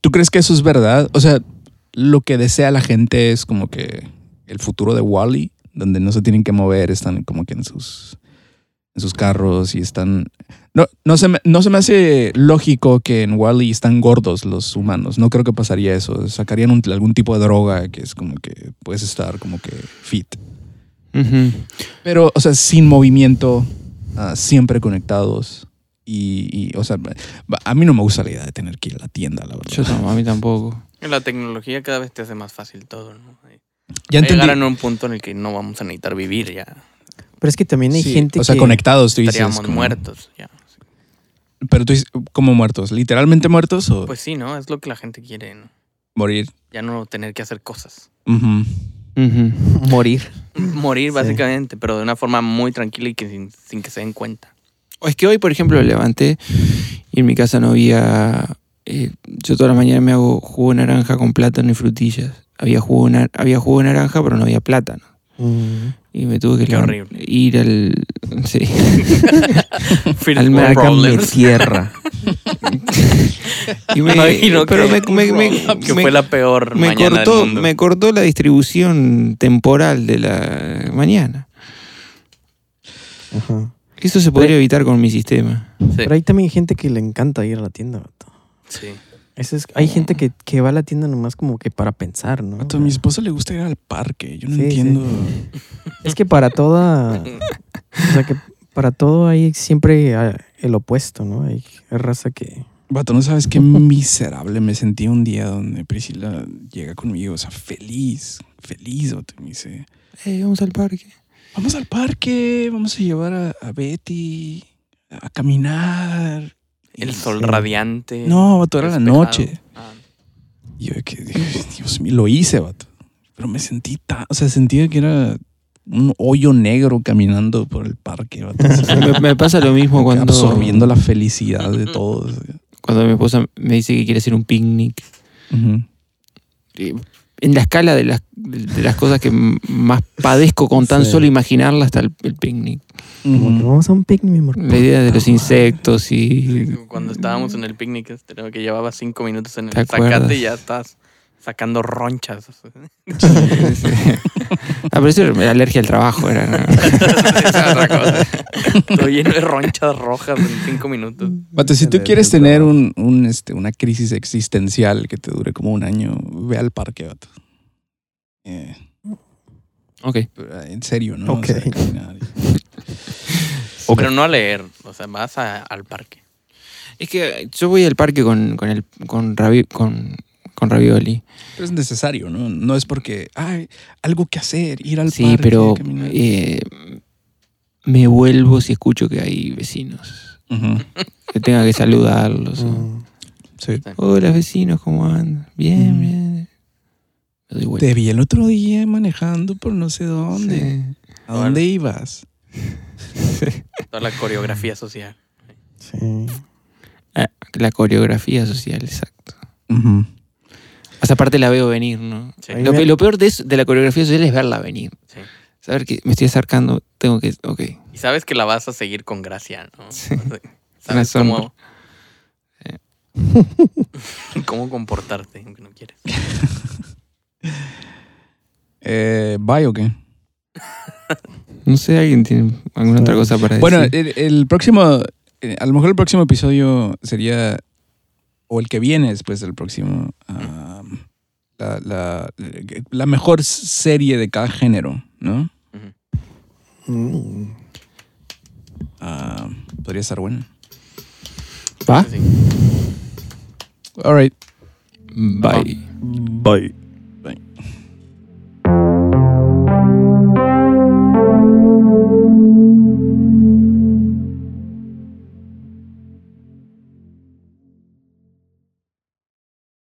Speaker 1: ¿Tú crees que eso es verdad? O sea, lo que desea la gente es como que el futuro de Wally, donde no se tienen que mover, están como que en sus, en sus carros y están... No, no, se me, no se me hace lógico que en Wally están gordos los humanos. No creo que pasaría eso. Sacarían un- algún tipo de droga que es como que puedes estar como que fit.
Speaker 2: Ujú.
Speaker 1: Pero, o sea, sin movimiento, ah, siempre conectados. Y, y, o sea, ba- a mí no me gusta la idea de tener que ir a la tienda, la verdad.
Speaker 2: Yo no, a mí tampoco.
Speaker 3: La tecnología cada vez te hace más fácil todo, ¿no? Ahí-
Speaker 1: ya
Speaker 3: va a
Speaker 1: entendí.
Speaker 3: Llegar a un punto en el que no vamos a necesitar vivir ya.
Speaker 4: Pero es que también hay
Speaker 1: Sí,
Speaker 4: gente
Speaker 1: o sea,
Speaker 4: que...
Speaker 1: conectados, tú dices.
Speaker 3: Estaríamos
Speaker 1: como- pues
Speaker 3: muertos ya.
Speaker 1: Pero tú dices, ¿cómo muertos? ¿Literalmente muertos o
Speaker 3: Pues sí, ¿no? Es lo que la gente quiere, ¿no?
Speaker 1: morir?
Speaker 3: Ya no tener que hacer cosas.
Speaker 1: Ujú.
Speaker 2: Ujú.
Speaker 4: Morir.
Speaker 3: Morir básicamente, pero de una forma muy tranquila y que sin, sin que se den cuenta.
Speaker 2: O Es que hoy, por ejemplo, levanté y en mi casa no había. eh, yo todas las mañanas me hago jugo de naranja con plátano y frutillas. Había jugo de, nar- había jugo de naranja, pero no había plátano.
Speaker 4: Mm.
Speaker 2: Y me tuve que
Speaker 3: Qué
Speaker 2: levan-
Speaker 3: horrible.
Speaker 2: ir al. Sí.
Speaker 3: First
Speaker 2: al
Speaker 3: world
Speaker 2: mercado
Speaker 3: problems.
Speaker 2: tierra. y me,
Speaker 3: Imagino
Speaker 2: pero
Speaker 3: que,
Speaker 2: me, me- me-
Speaker 3: que
Speaker 2: me-
Speaker 3: fue la peor
Speaker 2: me
Speaker 3: mañana
Speaker 2: cortó,
Speaker 3: del mundo.
Speaker 2: me cortó la distribución temporal de la mañana.
Speaker 4: Ajá.
Speaker 2: Eso se podría evitar con mi sistema.
Speaker 3: Sí,
Speaker 4: Pero hay también gente que le encanta ir a la tienda, vato.
Speaker 3: sí.
Speaker 4: Eso es, hay gente que, que va a la tienda nomás como que para pensar, ¿no?
Speaker 1: Vato, a mi esposa le gusta ir al parque. Yo no
Speaker 4: Sí,
Speaker 1: entiendo.
Speaker 4: Es que para toda. O sea, que para todo hay siempre ah, el opuesto, ¿no? Hay raza que.
Speaker 1: Vato, no sabes qué miserable me sentí un día donde Priscila llega conmigo. O sea, feliz, feliz. Vato, y me dice,
Speaker 2: Eh, vamos al parque.
Speaker 1: vamos al parque, vamos a llevar a, a Betty a caminar.
Speaker 3: El
Speaker 1: Y-
Speaker 3: sol radiante.
Speaker 1: No, vato, era la
Speaker 3: despejado.
Speaker 1: noche.
Speaker 3: Ah,
Speaker 1: Y yo de que, dije, Dios mío, lo hice, vato. Pero me sentí tan, o sea, sentía que era un hoyo negro caminando por el parque, vato. O sea,
Speaker 2: me, me pasa lo mismo cuando.
Speaker 1: Absorbiendo la felicidad de todos.
Speaker 2: Cuando mi esposa me dice que quiere hacer un picnic.
Speaker 1: Ujú.
Speaker 2: Eh, En la escala de las, de las cosas que m- más padezco con tan
Speaker 1: Sí.
Speaker 2: solo imaginarla hasta el, el picnic.
Speaker 4: Como que
Speaker 1: Ujú.
Speaker 4: vamos a un picnic, mi amor.
Speaker 2: La idea de los insectos y.
Speaker 3: Cuando estábamos en el picnic, este, creo que llevaba cinco minutos en el
Speaker 2: ¿Te
Speaker 3: zacate
Speaker 2: acuerdas?
Speaker 3: y ya estás sacando ronchas.
Speaker 2: Ah, pero eso era alergia al trabajo. Era,
Speaker 3: Estoy lleno de ronchas rojas en cinco minutos.
Speaker 4: Mm.
Speaker 1: Vato, si tú
Speaker 4: Excelente
Speaker 1: quieres tener
Speaker 4: trabajo.
Speaker 1: un, un, este, una crisis existencial que te dure como un año, ve al parque, vato. Eh,
Speaker 2: ok.
Speaker 1: pero, eh, en serio, ¿no? O sea,
Speaker 4: Ok.
Speaker 1: caminar y-
Speaker 3: Pero no a leer, o sea, vas a- al parque.
Speaker 2: Es que yo voy al parque con, con, el, con, ravi- con, con ravioli.
Speaker 1: pero es necesario, ¿no? No es porque hay algo que hacer, ir al
Speaker 2: sí,
Speaker 1: parque.
Speaker 2: pero
Speaker 1: caminar.
Speaker 2: eh, me vuelvo si escucho que hay vecinos.
Speaker 1: Ujú,
Speaker 2: Que tenga que saludarlos.
Speaker 1: Ah.
Speaker 2: o-
Speaker 4: Mm.
Speaker 1: sí.
Speaker 2: Hola vecinos, ¿cómo andan? Bien,
Speaker 1: Mm.
Speaker 2: bien. Me doy vuelta.
Speaker 1: Te vi el otro día manejando por no sé dónde.
Speaker 2: Sí.
Speaker 1: ¿A dónde ibas?
Speaker 3: Toda la coreografía social.
Speaker 4: Sí.
Speaker 2: Ah, la coreografía social, exacto.
Speaker 1: Ujú.
Speaker 2: O sea, aparte la veo venir, ¿no?
Speaker 3: Sí.
Speaker 2: Lo, pe- lo peor de, eso- de la coreografía social es verla venir.
Speaker 3: Sí.
Speaker 2: Saber que me estoy acercando, tengo que... Ok.
Speaker 3: Y sabes que la vas a seguir con gracia, ¿no?
Speaker 2: Una
Speaker 3: Sabes cómo,
Speaker 2: sonrisa.
Speaker 3: cómo comportarte, aunque no quieres.
Speaker 1: Eh, ¿Bye o qué?
Speaker 2: No sé, ¿alguien tiene alguna otra cosa para
Speaker 1: Bueno,
Speaker 2: decir?
Speaker 1: el, el próximo, eh, a lo mejor el próximo episodio sería, o el que viene después del próximo, ah, la, la- la mejor serie de cada género, ¿no?
Speaker 3: Ujú.
Speaker 4: Mm.
Speaker 1: Ah, podría estar buena. eh,
Speaker 2: ¿va?
Speaker 3: Sí.
Speaker 1: All right.
Speaker 2: Bye.
Speaker 1: Bye. Bye.